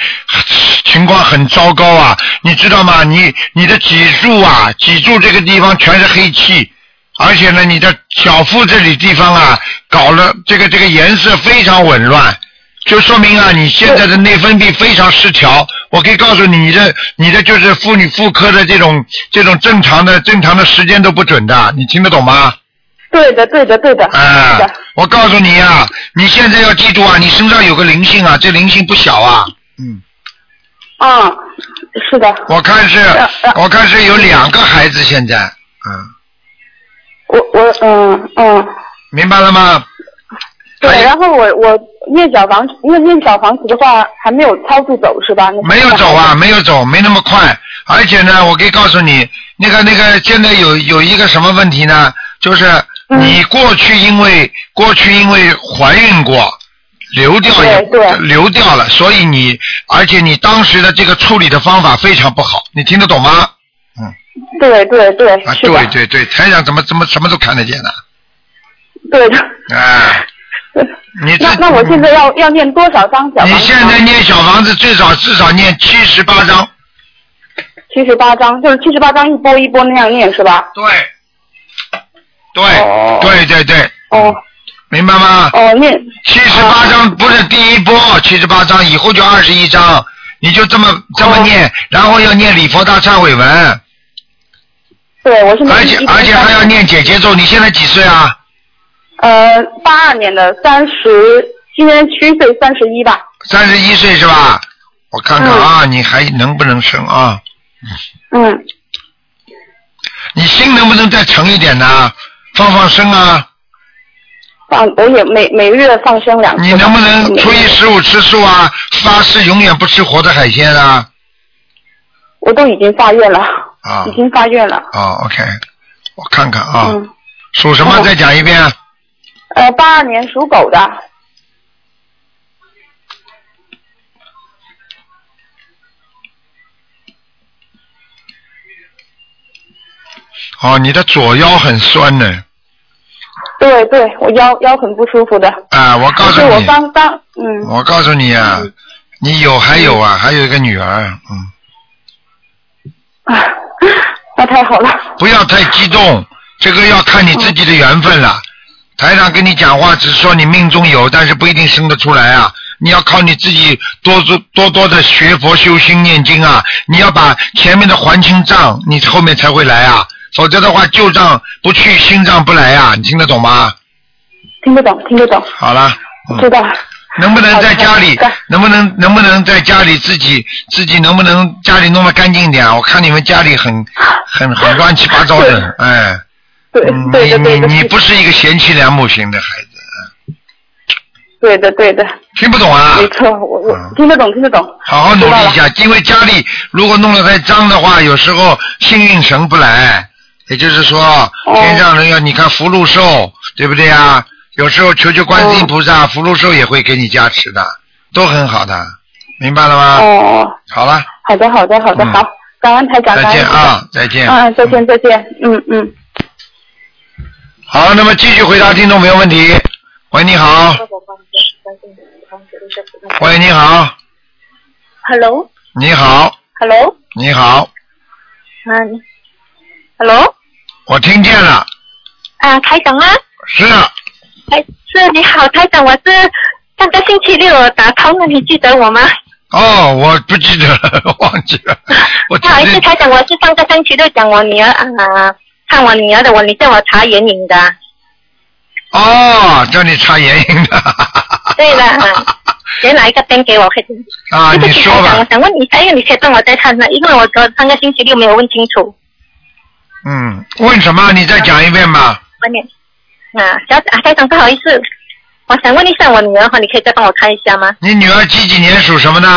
S1: 情况很糟糕啊，你知道吗？你你的脊柱啊，脊柱这个地方全是黑气，而且呢，你的小腹这里地方啊，搞了这个这个颜色非常紊乱，就说明啊，你现在的内分泌非常失调。我可以告诉你，你的你的就是妇女妇科的这种这种正常的正常的时间都不准的，你听得懂吗？
S6: 对的，对的，对的，
S1: 哎、
S6: 是的，
S1: 我告诉你啊，你现在要记住啊，你身上有个灵性啊，这灵性不小啊。嗯，
S6: 啊、是的，
S1: 我看是
S6: 呃呃，
S1: 我看是有两个孩子现在，嗯，
S6: 我我嗯嗯，
S1: 明白了吗？
S6: 对，
S1: 哎
S6: 然后我我念小房子，念念小房子的话还没有超度走是吧？那
S1: 没有走啊，，没有走，没那么快。而且呢，我可以告诉你，那个那个，现在有有一个什么问题呢？就是
S3: 嗯
S1: 你过去因为过去因为怀孕过，流掉也
S3: 对对
S1: 流掉了，所以你而且你当时的这个处理的方法非常不好，你听得懂吗？
S3: 对对对，
S1: 啊，
S3: 是
S1: 对
S3: 的，
S1: 对对，台长怎么怎么什么都看得见的，
S3: 对的。
S1: 哎，你这
S3: 那那我现在要要念多少张
S6: 啊
S3: 小
S1: 你
S3: 房子
S1: 现在
S3: 呢？
S1: 念小房子至少至少念七十八章，
S3: 七十八张，就是七十八张一波一波那样念是吧？
S1: 对，对、
S3: 哦
S1: 对对对，
S3: 哦
S1: 明白吗？
S3: 哦，念
S1: 七十八章不是第一波，七十八章以后就二十一章，你就这么这么念，然后要念礼佛大忏悔文，
S3: 对我现
S6: 嗯
S3: 在
S1: 而
S3: 一
S1: 且
S3: 一
S1: 而且
S3: 张
S1: 还要念姐姐咒。你现在几岁啊？
S3: 呃八二年的三十，今年虚岁三十一吧。
S1: 三十一岁是吧？我看看啊，你还能不能生啊？
S3: 嗯，
S1: 你心能不能再诚一点呢？放放生啊！
S3: 放我也每每月放生两次。
S1: 你能不能
S3: 每
S1: 初一十五吃素啊？发誓永远不吃活的海鲜啊！
S3: 我都已经发愿了，
S1: 啊
S3: 已经发愿了。
S1: 啊，OK，我看看啊，
S3: 嗯，
S1: 属什么？
S3: 哦
S1: 再讲一遍。啊
S3: 呃，八二年属狗的，
S1: 哦，你的左腰很酸呢。
S3: 对对，我腰腰很不舒服的。
S1: 啊，我告
S3: 可
S1: 诉
S3: 是
S1: 你。
S3: 我嗯刚刚嗯，
S1: 我告诉你啊，你有还有啊，还有一个女儿，嗯，
S3: 啊， 那太好了。
S1: 不要太激动，这个要看你自己的缘分了。台长跟你讲话只说你命中有，但是不一定生得出来啊。你要靠你自己多多多多的学佛修心念经啊，你要把前面的还清账，你后面才会来啊。否则的话，旧账不去，新账不来啊。你听得懂吗？
S3: 听得懂，听得懂，
S1: 好了，嗯
S3: 知道了。
S1: 能不能在家里
S3: 好的好的，
S1: 能不能能不能在家里自己自己能不能家里弄得干净点啊？我看你们家里很很很乱七八糟的，哎，
S3: 对
S1: 嗯
S3: 对的，对
S1: 你
S3: 的，
S1: 你你不是一个贤妻良母型的孩子，
S3: 对的，对的，
S1: 听不懂啊
S3: 没？错，我我
S1: 嗯
S3: 听得懂，听得懂。
S1: 好好努力一下，因为家里如果弄得太脏的话，有时候幸运神不来，也就是说
S3: 哦嗯
S1: 天上人要你看福禄寿，对不对啊？有时候求求观世音菩萨，福禄寿也会给你加持的，都很好的，明白了吗？
S3: 哦，
S1: 好了。
S3: 好的，好的，好的，
S1: 嗯
S3: 好，感恩台长，
S1: 再
S3: 感恩
S1: 见
S3: 台长。
S1: 啊，再见。
S3: 啊，再见，再见，嗯嗯。
S1: 好，那么继续回答听众朋友问题。喂，你好。喂，你好，
S4: Hello，Hello，
S1: 你好，你好，
S7: 啊
S4: 嗯，Hello，
S1: 我听见了，
S4: 啊，台长啊，
S1: 是啊
S4: 哎，是你好，台长，我是上个星期六打通了，你记得我吗？
S1: 哦，我不记得了， 忘记 了，我
S4: 不
S1: 只
S4: 好意思，
S1: 是
S4: 台长，我是上个星期六讲我女儿啊，看我女儿的，我你叫我查眼影的，
S1: 啊哦，叫你查眼影的。
S4: 对了，啊先拿一个灯给我，快点。
S1: 啊，
S4: 对
S1: 你
S4: 不起，
S1: 说
S4: 台长，我
S1: 吧，
S4: 想问你一下，因为你可以帮我再看呢，因为我昨上个星期六没有问清楚。
S1: 嗯，问什么？你再讲一遍吧。
S4: 问你，啊，小啊，台长，不好意思，我想问一下我女儿哈，你可以再帮我看一下吗？
S1: 你女儿几几年属什么的？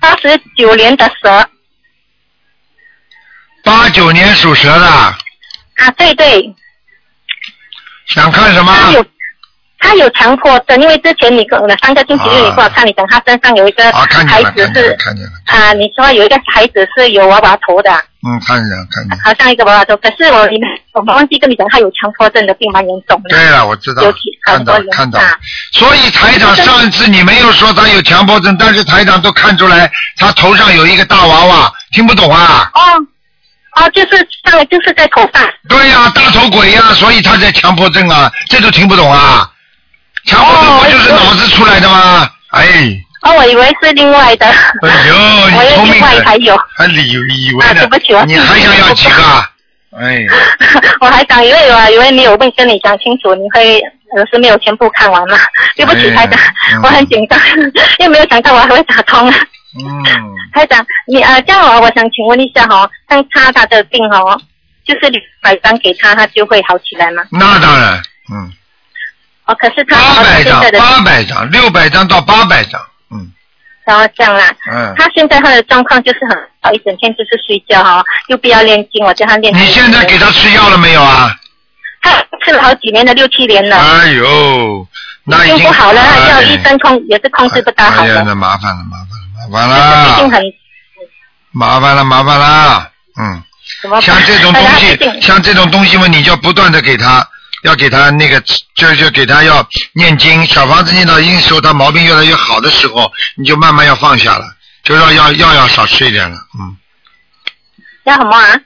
S4: 八十九年的蛇
S1: 八九年属蛇的，
S4: 啊，对对，
S1: 想看什么？
S4: 她有她有强迫症，因为之前你跟我上个星期六你给我看，你讲她身上有一个
S1: 啊，看见
S4: 孩
S1: 了，
S4: 子
S1: 看见了，
S4: 是
S1: 看见了。
S4: 啊，你说有一个孩子是有娃娃头的，
S1: 嗯，看见了，看见了。
S4: 好像一个娃娃头，可是我你我忘记跟你讲，她有强迫症的病蛮严重的。
S1: 对了，我知道
S4: 有体，
S1: 看到
S4: 很多人
S1: 看到
S4: 啊。
S1: 所以台长上一次你没有说他有强迫症，但是台长都看出来他头上有一个大娃娃，听不懂啊？
S4: 哦，哦，就是上就是在头发。
S1: 对呀、大头鬼呀、所以他在强迫症啊，这都听不懂啊？强迫症
S4: 哦
S1: 不就是
S4: 我
S1: 脑子出来的吗？哎，
S4: 哦，我以为是另外的。
S1: 哎呦，
S4: 我
S1: 你
S4: 有
S1: 聪
S4: 另
S1: 明
S4: 外还
S1: 的，
S4: 有，
S1: 还以以为
S4: 啊
S1: 呢
S4: 对不起我，
S1: 你还想要 几个啊？哎，
S4: 我还想以为我以为你有问跟你讲清楚，你会呃是没有全部看完嘛？对不起，台
S1: 哎
S4: 长，
S1: 嗯
S4: 我很紧张， 因为没有想到我还会打通。
S1: 嗯，
S4: 台长，你呃，这样哦，我想请问一下哦，像他他的病哦，就是你百张给他，他就会好起来吗？
S1: 那当然，嗯，
S4: 哦，可是他
S1: 八
S4: 好像
S1: 百
S4: 现
S1: 张
S4: 在，的，
S1: 八百张，六百张到八百张，嗯
S4: 然后这样啦，
S1: 嗯。
S4: 啊他现在他的状况就是哦很好，一整天就是睡觉哦，又不要练经，我叫他练经。
S1: 你现在给他吃药了没有啊？
S4: 他吃了好几年的六七年了，
S1: 哎呦，那已
S4: 又
S1: 经
S4: 不好了，
S1: 哎
S4: 药医生控也是控制不大好
S1: 哎呀，
S4: 的，
S1: 那麻烦了，麻烦了，
S4: 最近
S1: 麻烦
S4: 很
S1: 了，麻烦了，麻烦了。嗯，
S4: 什么？
S1: 像这种东
S4: 哎呀最近
S1: 西，像这种东西嘛，你就不断的给他，要给他那个，就就给他要念经，小房子念到一定时候，他毛病越来越好的时候，你就慢慢要放下了，就要要药要少吃一点了，嗯，
S4: 要什么啊？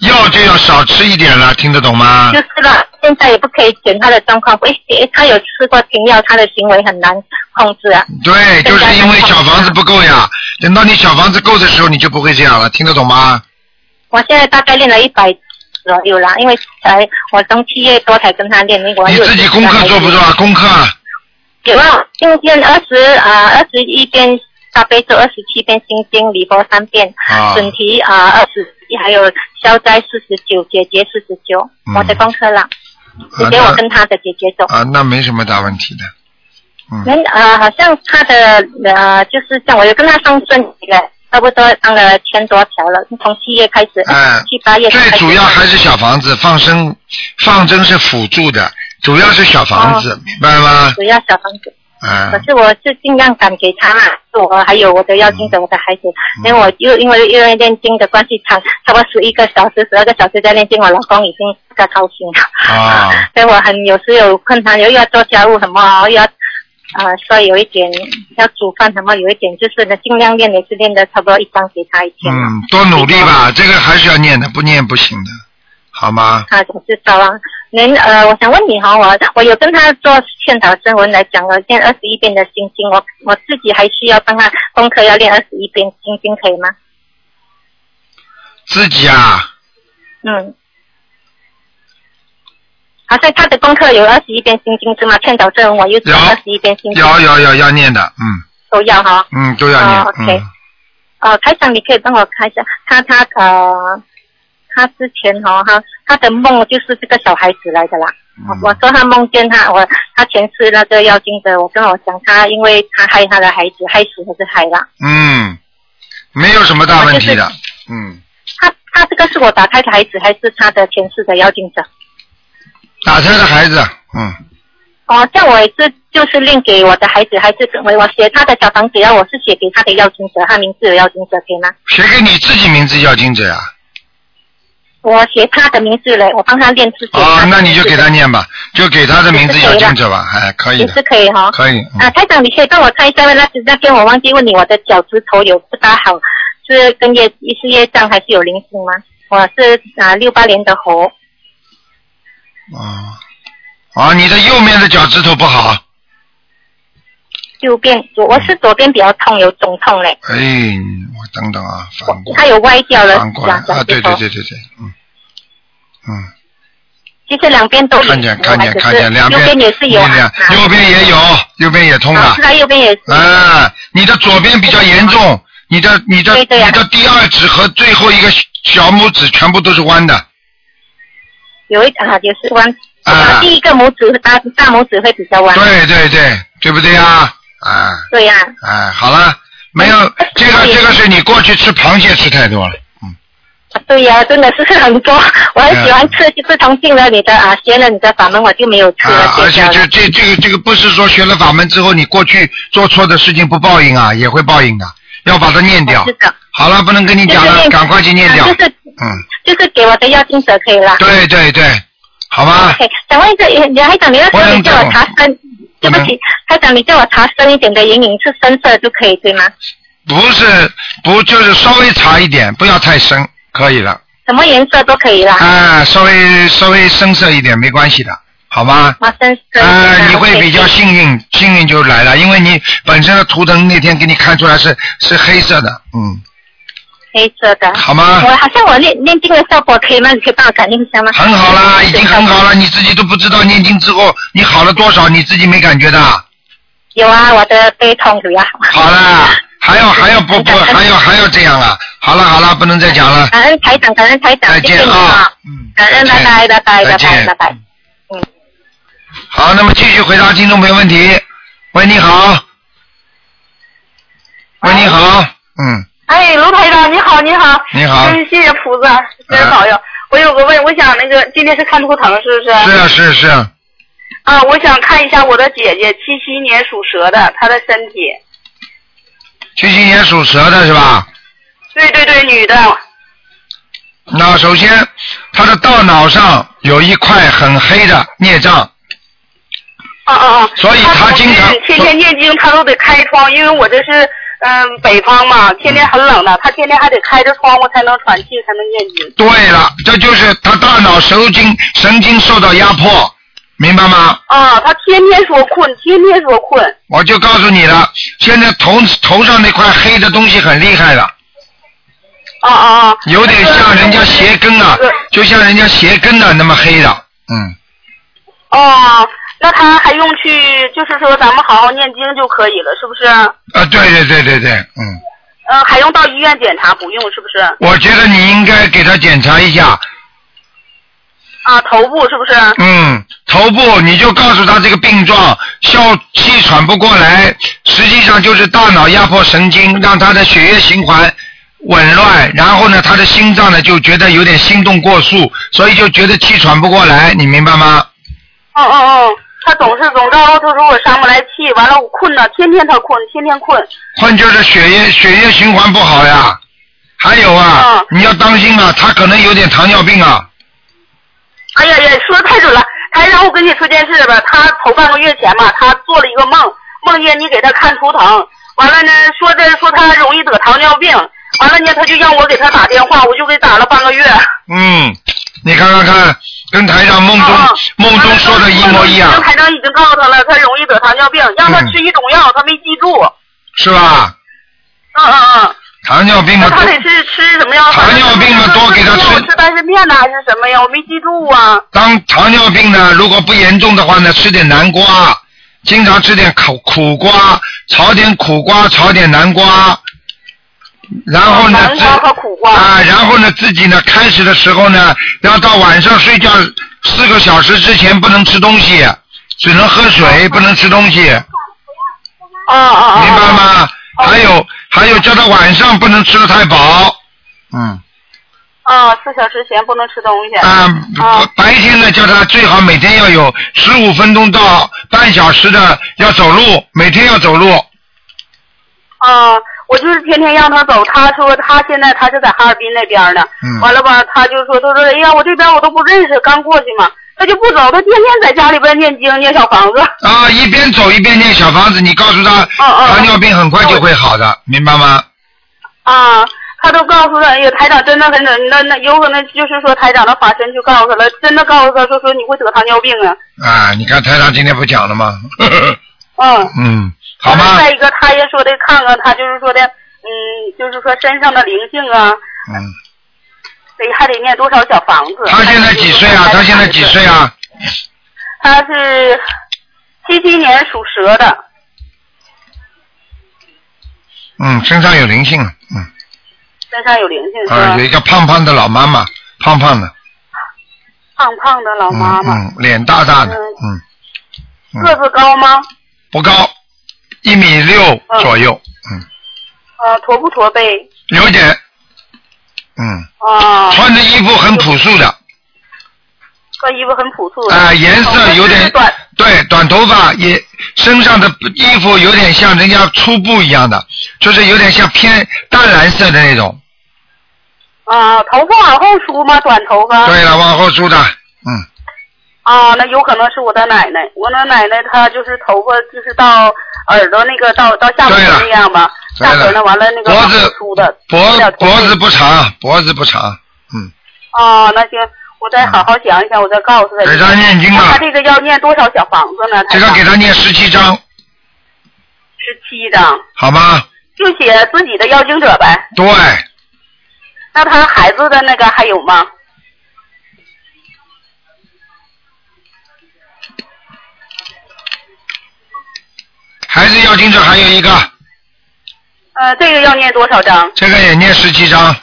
S1: 药就要少吃一点了，听得懂吗？
S4: 就是了，现在也不可以减他的状况，不，诶他有吃过停药，他的行为很难控制啊。
S1: 对，就是因为小房子不够呀。等到你小房子够的时候，你就不会这样了，听得懂吗？
S4: 我现在大概练了一百左右啦，因为才我从七月多才跟他练，我
S1: 你
S4: 有
S1: 自己功课做不做啊？功课啊
S4: 有啊，今天二十啊，二十一遍大悲咒，二十七遍心经，礼佛三遍，
S1: 啊，
S4: 准提啊二十一，还有消灾四十九，解结四十九
S1: 嗯，
S4: 我的功课啦，姐
S1: 啊
S4: 姐我
S1: 那
S4: 跟他的姐姐走。
S1: 啊，那没什么大问题的。嗯，
S4: 人呃，好像他的呃，就是像我有跟他上顺了，差不多上了千多条了，从七月开始，
S1: 哎
S4: 七八月开
S1: 最
S4: 始
S1: 主要还是小房子放生，放生是辅助的，主要是小房
S4: 哦
S1: 子，明白吗？
S4: 主要小房子。
S1: 啊
S4: 可，是我是尽量敢给他嘛，我还有我的要经者，我的孩子，因为我又因为因为念经的关系，差差不多十一个小时、十二个小时在念经，我老公已经不太高兴了。
S1: 啊，
S4: 所以我很有时有困难，又要做家务什么，又要啊、呃，所以有一点要煮饭什么，有一点就是呢，尽量练也是练的差不多一张给他一天了。
S1: 嗯，多努力吧，这个还是要念的，不念不行的，好吗？
S4: 他总是烧啊。您呃，我想问你哈、我我有跟他做劝导正文来讲，我练二十一遍的心经，我我自己还需要帮他功课要练二十一遍心经，可以吗？
S1: 自己啊，
S4: 嗯。好像他的功课有二十一遍心经是吗？劝导正文我又做
S1: 有
S4: 二十一遍心经
S1: 要要要要念的，嗯
S4: 都要哈、
S1: 嗯，都要念
S4: 嗯哦，，OK
S1: 嗯。
S4: 哦，台长，你可以帮我看一下他他呃，他之前哦哈，他的梦就是这个小孩子来的啦。我
S1: 嗯
S4: 我说他梦见他，我他前世那个妖精的，我跟我讲他，因为他害他的孩子，害死还是害啦。
S1: 嗯，没有什么大问题的。嗯，
S4: 他他这个是我打开的孩子，还是他的前世的妖精者？
S1: 打胎的孩子，嗯，
S4: 哦，这样我也是就是练给我的孩子，还是我我写他的小房子，要我是写给他的妖精者，他名字有妖精者可以吗？
S1: 写给你自己名字要经者啊。
S4: 我写他的名字嘞，我帮他练字写他
S1: 啊，
S4: 的名字。
S1: 那你就给他念吧，就给他的名字要经者吧，哎，可以
S4: 也是
S1: 的，
S4: 可以哈、
S1: 可以。嗯
S4: 啊，台长，你可以帮我看一下吗？那那天我忘记问你，我的脚趾头有不大好，是跟业是业障还是有灵性吗？我是啊六八年的猴，
S1: 啊，啊，你的右面的脚趾头不好，啊
S4: 右边左我是左边比较痛，有肿痛嘞，
S1: 哎，我等等啊，反过
S4: 它有歪掉了
S1: 反过来
S4: 两
S1: 啊，
S4: 两
S1: 对
S4: 边
S1: 对
S4: 头，
S1: 对对对，嗯嗯。
S4: 其实两边都有，
S1: 看见看见
S4: 我还只是
S1: 看见，两
S4: 右
S1: 边
S4: 边也是有
S1: 那两
S4: 啊，
S1: 右边也有，右边也痛
S4: 啊
S1: 的
S4: 是。它右边也是，
S1: 啊，你的左边比较严重，你的你的
S4: 对对呀
S1: 你的第二指和最后一个小拇指全部都是弯的。
S4: 有一啊也是弯，
S1: 啊
S4: 第一个拇指大大拇指会比较弯，嗯
S1: 对对对，对不对呀？啊
S4: 对呀、
S1: 哎，好了，没
S4: 嗯
S1: 有这个这个是你过去吃螃蟹吃太多了，嗯，
S4: 对呀、真的是很多，我很喜欢
S1: 嗯
S4: 吃，就是从进了你的啊，学了你的法门，我就没有吃了
S1: 啊，，
S4: 戒
S1: 而且
S4: 掉
S1: 这
S4: 了。
S1: 这这个这个不是说学了法门之后你过去做错的事情不报应啊，也会报应的，要把它念掉
S4: 我知。道，
S1: 好了，不能跟你讲
S4: 哦就是
S1: 了，
S4: 念
S1: 赶快去念掉。
S4: 啊就是
S1: 嗯，
S4: 就是给我的要经者可以啦。
S1: 对对对，好吧，
S4: OK，想问一个，你还长，你那时候你叫我查
S1: 嗯
S4: 深，对不起，他长，你叫我查深一点的阴影是深色就可以对吗？
S1: 不是不就是稍微查一点，不要太深，可以了。
S4: 什么颜色都可以啦。
S1: 啊，稍微稍微深色一点没关系的，好吗？
S4: 啊，深色。
S1: 啊，
S4: 对
S1: 你会
S4: OK
S1: 比较幸运，幸运就来了，因为你本身的图腾那天给你看出来是是黑色的，嗯，
S4: 黑色的。
S1: 好吗
S4: 我？好像我念念经的效果可以吗？你可以帮我感应一下吗？
S1: 很好啦，已经很好了，你自己都不知道念经之后你好了多少，你自己没感觉的。
S4: 有啊，我的背痛有啊。
S1: 好啦，还要还要不不还要还要这样啊？好了好了，不能再讲了，
S4: 感恩台长，感恩台长，
S1: 再
S4: 谢谢
S1: 见
S4: 你
S1: 啊
S4: 啊！，
S1: 嗯，
S4: 感恩，
S1: 再
S4: 拜拜，拜拜，
S1: 见
S4: 拜
S1: 再
S4: 拜，
S1: 见
S4: 拜拜。
S1: 好，那么继续回答听众朋友问题。喂，你好。喂，你好。嗯，
S8: 哎，卢台长，你好，你好。
S1: 你好。
S8: 真谢谢菩萨，真
S1: 嗯
S8: 保佑。我有个问，我想那个今天是看图腾是不是？
S1: 是啊，是啊是啊，
S8: 啊，我想看一下我的姐姐，七七年属蛇的，她的身体。
S1: 七七年属蛇的是吧？
S8: 对对对，女的。啊
S1: 那首先，他的大脑上有一块很黑的孽障，
S8: 啊啊啊！
S1: 所以她
S8: 总
S1: 经常
S8: 是天天念经，她都得开窗，因为我这是嗯、北方嘛，天天很冷的，她天天还得开着窗户才能喘气，才能念经。
S1: 对了，这就是他大脑神经神经受到压迫，明白吗？
S8: 啊，她天天说困，天天说困。
S1: 我就告诉你了，现在头头上那块黑的东西很厉害了，
S8: 啊啊啊！
S1: 有点像人家鞋跟啊，就像人家鞋跟啊那么黑的，嗯，
S8: 哦，那她还用去，就是说咱们好好念经就可以了，是不是？
S1: 啊，对对对对对，嗯，
S8: 嗯、还用到医院检查不用，是不是？
S1: 我觉得你应该给他检查一下，
S8: 啊，头部是不是？
S1: 嗯，头部你就告诉他这个病状，消气喘不过来，实际上就是大脑压迫神经，让他的血液循环紊乱，然后呢，他的心脏呢就觉得有点心动过速，所以就觉得气喘不过来，你明白吗？
S8: 嗯嗯嗯，她总是总告诉她说我上不来气，完了我困了，天天她困，天天困。
S1: 困就是血液血液循环不好呀，还有啊，
S8: 嗯
S1: 你要当心啊，他可能有点糖尿病啊，
S8: 哎呀呀，说的太准了！台长，我跟你说件事吧，他头半个月前吧，他做了一个梦，梦见你给他看图腾，完了呢，说的说他容易得糖尿病，完了呢，他就让我给他打电话，我就给打了半个月。
S1: 嗯，你看看看，跟台上梦中、
S4: 哦
S8: 啊啊
S1: 梦中说的一模一样
S8: 完了，台长已经告诉他了，他容易得糖尿病，让他
S1: 嗯
S8: 吃一种药，他没记住。
S1: 是吧？
S8: 嗯嗯嗯，
S1: 糖尿病
S8: 那
S1: 嘛，
S8: 他得是吃什么药？
S1: 糖尿病嘛多给他吃
S8: 让我吃丹参片呢，还是什么呀？我没记住啊。
S1: 当糖尿病呢，如果不严重的话呢，吃点南瓜，经常吃点苦苦瓜，炒点苦瓜，炒点南瓜，然后呢，
S8: 哦南瓜
S1: 自
S8: 和苦瓜。
S1: 啊，然后呢，自己呢，开始的时候呢，要到晚上睡觉四个小时之前不能吃东西，只能喝
S8: 哦
S1: 水，不能吃东西，明
S8: 啊啊啊！
S1: 白吗？还有还有，叫他晚上不能吃的太饱，嗯，
S8: 啊，四小时前不能吃东西。
S1: 啊，
S8: 哦
S1: 白白天呢，叫他最好每天要有十五分钟到半小时的要走路，每天要走路。
S8: 啊，我就是天天让他走，他说他现在他是在哈尔滨那边呢。
S1: 嗯
S8: 完了吧，他就说他说哎呀，我这边我都不认识，刚过去嘛，他就不走，他天天在家里边念经念小房子。
S1: 啊，一边走一边念小房子，你告诉他，
S8: 哦哦
S1: 糖尿病很快就会好的，明白吗？
S8: 啊，他都告诉他，哎呀，台长真的很准，那那有可能就是说台长的法身去告诉他了，真的告诉他说说你会得糖尿病啊。
S1: 啊，你看台长今天不讲了吗？
S8: 嗯。
S1: 嗯，好
S8: 完了
S1: 吗？
S8: 再一个，他也说的看看他就是说的，嗯，就是说身上的灵性啊，
S1: 嗯，
S8: 得还得念多少小房子。
S1: 他现在几岁啊？他现在几岁啊？
S8: 他是七七年属蛇的，
S1: 嗯，身上有灵性，嗯，
S8: 身上有灵性是
S1: 啊，
S8: 吧
S1: 有？一个胖胖的老妈妈，胖胖的，
S8: 胖胖的老
S1: 嗯
S8: 妈妈，
S1: 嗯，脸大大的，
S8: 嗯
S1: 嗯，嗯
S8: 个子高吗？
S1: 不高，一米六左右，嗯，
S8: 呃，驼不驼背？
S1: 有点，嗯，
S8: 啊，
S1: 穿的衣服很朴素的，
S8: 穿衣服很朴素的。
S1: 啊、颜
S8: 头
S1: 色
S8: 发
S1: 有
S8: 哦就是
S1: 点
S8: 短。，
S1: 对，短头发也，身上的衣服有点像人家粗布一样的，就是有点像偏淡蓝色的那种。
S8: 啊，头发往后梳吗？短头发。
S1: 对了，往后梳的，嗯，
S8: 啊，那有可能是我的奶奶，我的奶奶她就是头发就是到耳朵那个到到下巴
S1: 对了
S8: 那样吧，
S1: 对
S8: 下
S1: 了
S8: 巴那完了那个
S1: 脖
S8: 往后
S1: 子
S8: 梳的，有
S1: 脖
S8: 点驼背
S1: 脖子不长，脖子不长，嗯，
S8: 啊，那行，我再好好想一想，我再告诉他。
S1: 给他念经
S8: 那
S1: 吧
S8: 他，这个要念多少小房子呢？
S1: 这个给他念十七章，
S8: 十七张，
S1: 好吗？
S8: 就写自己的邀请者呗。
S1: 对，
S8: 那他孩子的那个还有吗？
S1: 还是要经者还有一个，
S8: 呃，这个要念多少张？
S1: 这个也念十七章，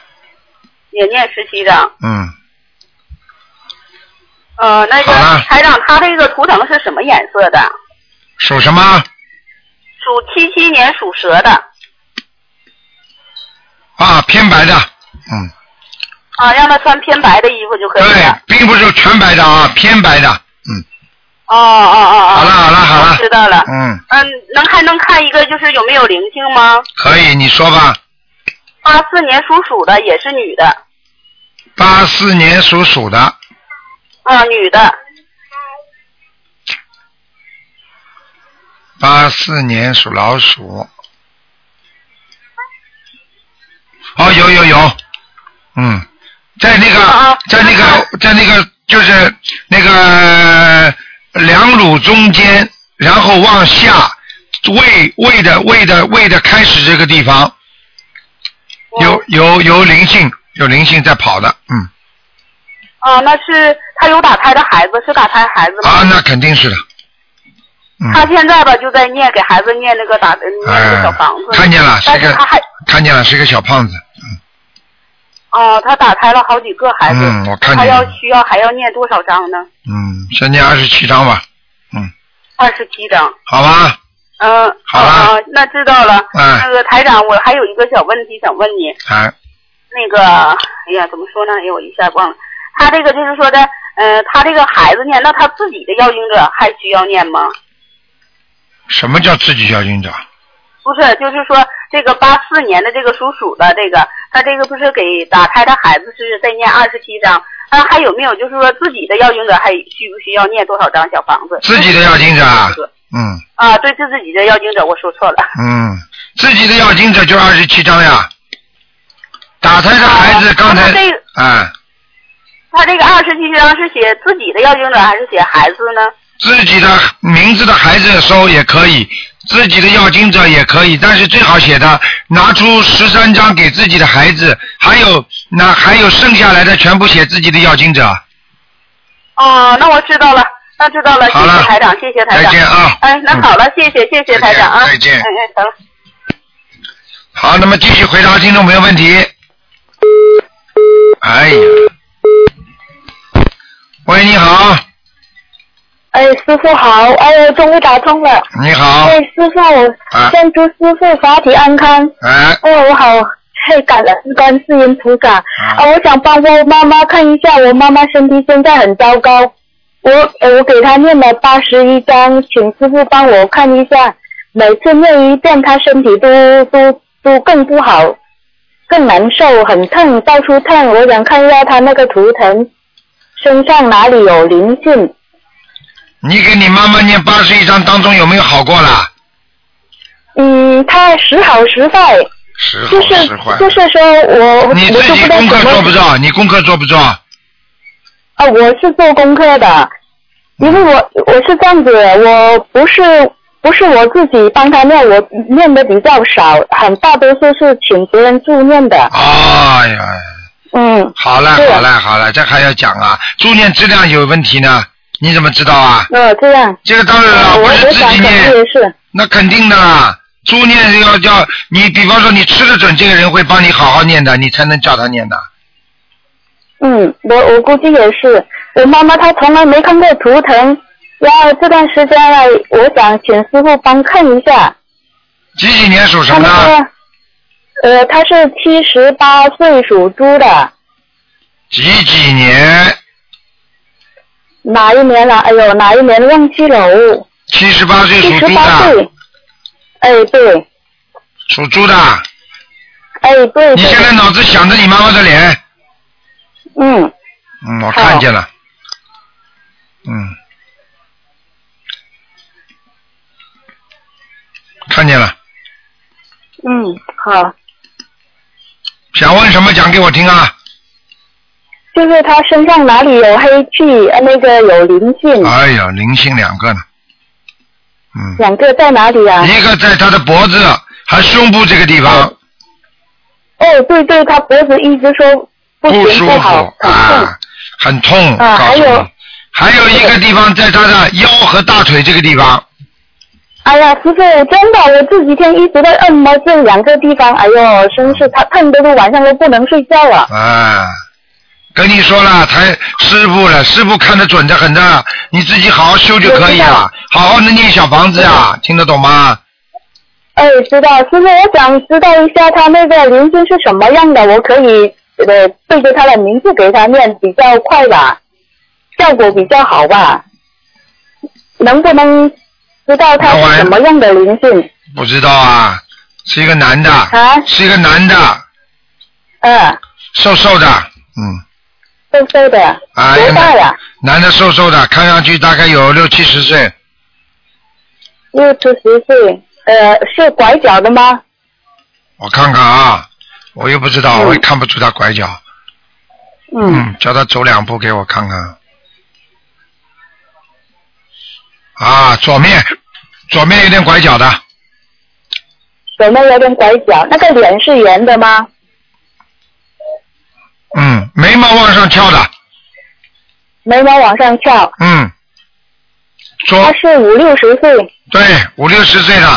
S8: 也念十七张。
S1: 嗯，
S8: 呃，那个
S1: 好了
S8: 台长，他这个图腾是什么颜色的？
S1: 属什么？
S8: 属七七年属蛇的，
S1: 啊，偏白的，嗯，
S8: 啊，让他穿偏白的衣服就可以
S1: 对
S8: 了。，
S1: 并不是全白的啊，偏白的。嗯，
S8: 哦哦哦哦。
S1: 好了好了好了
S8: 我知道了。
S1: 嗯，
S8: 嗯，能还能看一个就是有没有灵性吗？
S1: 可以，你说吧。
S8: 八四年属鼠的，也是女的，
S1: 八四年属鼠的，
S8: 啊，女的，
S1: 八四年属老鼠。哦，有有有，嗯，在那
S8: 啊
S1: 个
S8: 啊，
S1: 在那个，在那个，就是那个两乳中间，然后往下，胃胃的胃的胃的开始这个地方，有有有灵性，有灵性在跑的，嗯，
S8: 啊，那是她有打胎的孩子，是打胎孩子吗？
S1: 啊，那肯定是的，嗯，
S8: 她现在吧就在念给孩子念那个打念那个小房子，
S1: 哎看见了，是
S8: 但
S1: 个
S8: 是她还
S1: 看见了，是个小胖子，
S8: 哦，她打胎了好几个孩子，
S1: 嗯我看见
S8: 她要
S1: 了
S8: 需要还要念多少章呢？
S1: 嗯，先念二十七章吧，嗯，
S8: 二十七章。
S1: 好吧，
S8: 嗯，
S1: 好了
S8: 啊那知道了。
S1: 嗯
S8: 那个台长，我还有一个小问题想问你，
S1: 哎，
S8: 那个，哎呀，怎么说呢？哎呀，我一下忘了。他这个就是说的，呃，他这个孩子念，那他自己的要经者还需要念吗？
S1: 什么叫自己要经者？
S8: 不是，就是说这个八四年的这个属鼠的这个，他这个不是给打胎的孩子是在念二十七章，那还有没有就是说自己的要经者还需不需要念多少张小房子？
S1: 自己的要经者啊，嗯
S8: 啊，对，是自己的要经者，我说错了。
S1: 嗯，自己的要经者就二十七章呀。打胎的孩子
S8: 啊
S1: 刚才
S8: 那这个，
S1: 哎，
S8: 他这个二十七章是写自己的要经者还是写孩子呢？
S1: 自己的名字的孩子收也可以，自己的要经者也可以，但是最好写的拿出十三张给自己的孩子，还有那还有剩下来的全部写自己的要经者。
S8: 哦，那我知道了，那知道了，谢
S1: 好了
S8: 谢台长，谢谢台
S1: 再
S8: 长。
S1: 见啊！
S8: 哎，那
S1: 嗯
S8: 好了，谢谢谢谢台长啊，
S1: 再见
S8: 哎
S1: 再见
S8: 哎，行了。
S1: 好，那么继续回答听众朋友问题。哎呀，喂，你好，
S3: 哎，师傅好，哎呦，终于打通了。
S1: 你好
S3: 哎，，师傅，
S1: 啊
S3: 我先祝师傅法体安康。
S1: 哎，
S3: 哎，我好，太感恩观世音菩萨
S1: 嗯
S3: 啊！我想帮我妈妈看一下，我妈妈身体现在很糟糕。我呃我给她念了八十一章，请师傅帮我看一下。每次念一遍，她身体都都都更不好，更难受，很痛，到处痛。我想看一下她那个图腾，身上哪里有灵性？
S1: 你给你妈妈念八十一章当中有没有好过啦？
S3: 嗯，她时好时坏，
S1: 时好
S3: 就是
S1: 时坏，
S3: 就是说我我
S1: 你
S3: 就
S1: 自
S3: 不
S1: 己
S3: 知道
S1: 功课
S3: 怎么
S1: 做不做？你功课做不做？
S3: 啊，我是做功课的，
S1: 哎
S3: 因为我我是这样子，我不是不是我自己帮他念，我念的比较少，很大多数是请别人助念的。
S1: 哎呀，
S3: 嗯，
S1: 好了
S3: 对
S1: 好了好了，这还要讲啊？助念质量有问题呢？你怎么知道啊？
S3: 哦，这样，
S1: 这个当然
S3: 啊
S1: 了，
S3: 我
S1: 不是
S3: 我
S1: 呃自
S3: 想
S1: 己
S3: 肯
S1: 念
S3: 定，也是，
S1: 那肯定的啦，猪念要叫你，比方说你吃得准，这个人会帮你好好念的，你才能叫他念的。
S3: 嗯，我我估计也是。我妈妈她从来没看过图腾，然后这段时间来，我想请师傅帮看一下，
S1: 几几年属什
S3: 她
S1: 么
S3: 那
S1: 的？
S3: 个，呃，她是七十八岁属猪的，
S1: 几几年？
S3: 哪一年了？哎呦，哪一年忘记了哦。
S1: 七十八岁
S3: 七
S1: 属
S3: 十
S1: 猪
S3: 八
S1: 的，
S3: 岁。哎，对，
S1: 属猪的。
S3: 哎，对
S1: 你
S3: 对，
S1: 现在脑子想着你妈妈的脸，
S3: 嗯，
S1: 嗯，我
S3: 好
S1: 看见了，嗯，看见了。
S3: 嗯，好，
S1: 想问什么讲给我听啊？
S3: 就是他身上哪里有黑气，呃那个有灵性，
S1: 哎呀，灵性两个呢，嗯，
S3: 两个在哪里啊？
S1: 一个在他的脖子和胸部这个地方
S3: 哦，对对，他脖子一直说不
S1: 不舒
S3: 行不好
S1: 服，
S3: 很痛。
S1: 啊，很痛，
S3: 啊
S1: 告诉
S3: 还有
S1: 你。还有一个地方在他的腰和大腿这个地方，
S3: 哎呀，师傅，真的，我这几天一直在按摩这两个地方，哎呦，真是他痛的都晚上都不能睡觉了。
S1: 啊，跟你说了，台师傅了，师傅看得准的很的，你自己好好修就可以了
S3: 我，
S1: 好好的念小房子啊，听得懂吗？
S3: 哎，知道，师傅，我想知道一下他那个灵性是什么样的，我可以呃对着他的名字给他念比较快吧，效果比较好吧？能不能知道他
S1: 那我
S3: 是什么样的灵性？
S1: 不知道啊，是一个男的，
S3: 啊，
S1: 是一个男的，
S3: 嗯，
S1: 瘦瘦的，嗯，
S3: 瘦瘦的，
S1: 啊，
S3: 多大呀？
S1: 男的瘦瘦的，看上去大概有六七十岁，
S3: 六七十岁，呃，是拐角的吗？
S1: 我看看啊，我又不知道，
S3: 嗯
S1: 我也看不出他拐角，嗯，叫他走两步给我看看。啊，左面，左面有点拐角的，
S3: 左面有点拐角，那个脸是圆的吗？
S1: 嗯，眉毛往上翘的，
S3: 眉毛往上翘，
S1: 嗯，
S3: 他
S1: 左
S3: 是五六十岁，
S1: 对五六十岁的，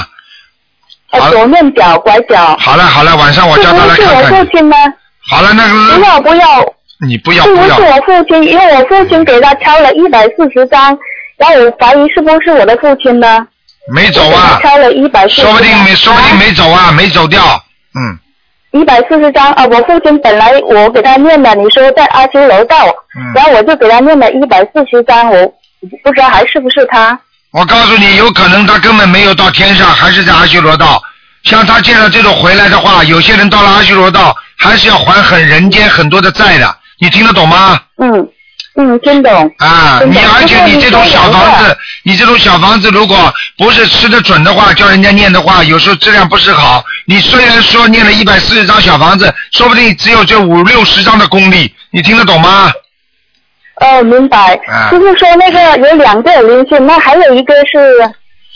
S1: 好
S3: 呃，左面角拐角，
S1: 好了好了，晚上我
S3: 是
S1: 叫他
S3: 不
S1: 来
S3: 是
S1: 看
S3: 我
S1: 看
S3: 父
S1: 你。
S3: 亲呢？
S1: 好了，那
S3: 不
S1: 个
S3: 要不要，
S1: 你不要
S3: 是
S1: 不
S3: 不
S1: 要
S3: 是，我父亲？因为我父亲给他敲了一百四十张，然后我怀疑是不是我的父亲呢？
S1: 没走啊，
S3: 敲了一百四十，
S1: 说不定没说不定没走啊，没走掉，嗯
S3: 一百四十张啊！我父亲本来我给他念了，你说在阿修楼道，然
S1: 嗯，
S3: 后我就给他念了一百四十张，我不知道还是不是他。
S1: 我告诉你，有可能他根本没有到天上，还是在阿修罗道。像他现在这种回来的话，有些人到了阿修罗道，还是要还很人间很多的债的，你听得懂吗？
S3: 嗯嗯，听懂。
S1: 啊，
S3: 真
S1: 你
S3: 的
S1: 而且你这种小房子，你这种小房子如果不是吃得准的话，叫人家念的话，有时候质量不是好。你虽然说念了一百四十张小房子，说不定只有这五六十张的功力，你听得懂吗？
S3: 哦，明白。
S1: 啊
S3: 就是说那个有两个灵性，那还有一个是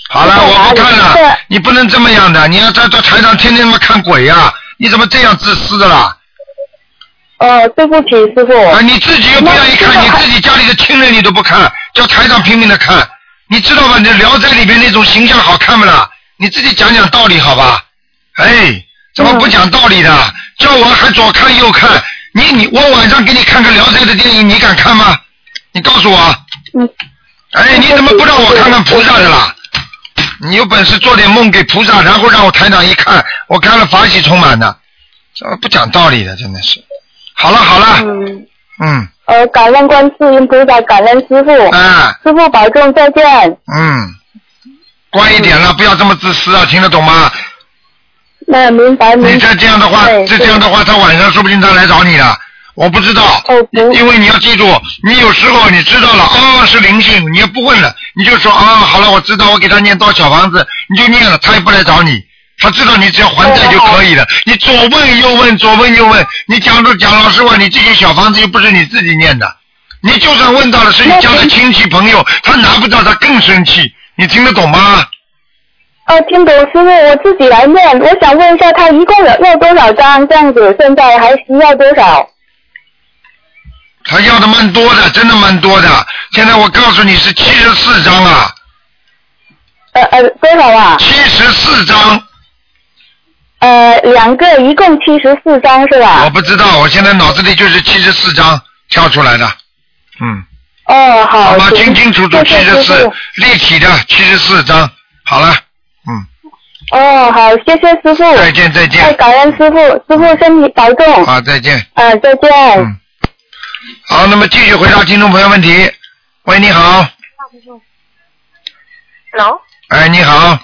S1: 好了，
S3: 明白
S1: 我不看
S3: 明
S1: 了
S3: 白，
S1: 你不能这么样的，你要在这台上天天他妈看鬼呀、你怎么这样自私的啦？
S3: 呃，对不起，师傅。
S1: 啊，你自己又不愿意
S3: 那这个
S1: 看，你
S3: 还
S1: 自己家里的亲人你都不看，叫台上拼命的看，你知道吧？你《聊斋》里边那种形象好看不啦？你自己讲讲道理好吧？哎，怎么不讲道理的？叫我还左看右看，你你我晚上给你看个《聊斋》的电影，你敢看吗？你告诉我。
S3: 嗯。
S1: 哎，你怎么不让我看看菩萨的啦？你有本事做点梦给菩萨，然后让我台长一看，我看了法喜充满的，怎么不讲道理的？真的是。好了好了，
S3: 嗯，
S1: 嗯
S3: 呃，感恩观世音菩萨，感恩师傅，
S1: 啊，
S3: 师傅保重，再见。
S1: 嗯，乖一点了，
S3: 嗯
S1: 不要这么自私啊，听得懂吗？
S3: 那明白
S1: 你
S3: 明白
S1: 再。这样的话，
S3: 嗯对
S1: 再这样的话，他晚上说不定他来找你了，我不知道。
S3: 哦不
S1: 因为你要记住，你有时候你知道了，哦是灵性，你也不问了，你就说啊、好了，我知道，我给他念到小房子，你就念了，他也不来找你。他知道你只要还债就可以了，你左问右问，左问右问，你讲着讲，老实话，你这些小房子又不是你自己念的，你就算问到了是你家的亲戚朋友，他拿不到，他更生气，你听得懂吗？
S3: 哦，听懂，师傅，我自己来念。我想问一下，他一共有要多少张？这样子，现在还需要多少？
S1: 他要的蛮多的，真的蛮多的。现在我告诉你是七十四张啊，
S3: 呃呃，多少啊？
S1: 七十四张，
S3: 呃，两个，一共七十四张是
S1: 我
S2: 啊
S3: 吧？
S1: 不知道，我现在脑子里就是七十四张跳出来的，嗯，
S3: 哦，好
S1: 好吗？，
S3: 行
S1: 清清楚楚七
S3: 谢谢
S1: 十
S3: 师
S1: 四
S3: 傅。
S1: 立体的七十四张，好了，嗯，
S3: 哦，好，谢谢师傅。
S1: 再见再
S3: 哎，
S1: 见，
S3: 感恩师傅，师傅身体保重。
S1: 好再见，
S3: 啊，再见。
S1: 嗯，好，那么继续回答听众朋友问题。喂，你好，
S2: ，hello，
S1: 哎，你好，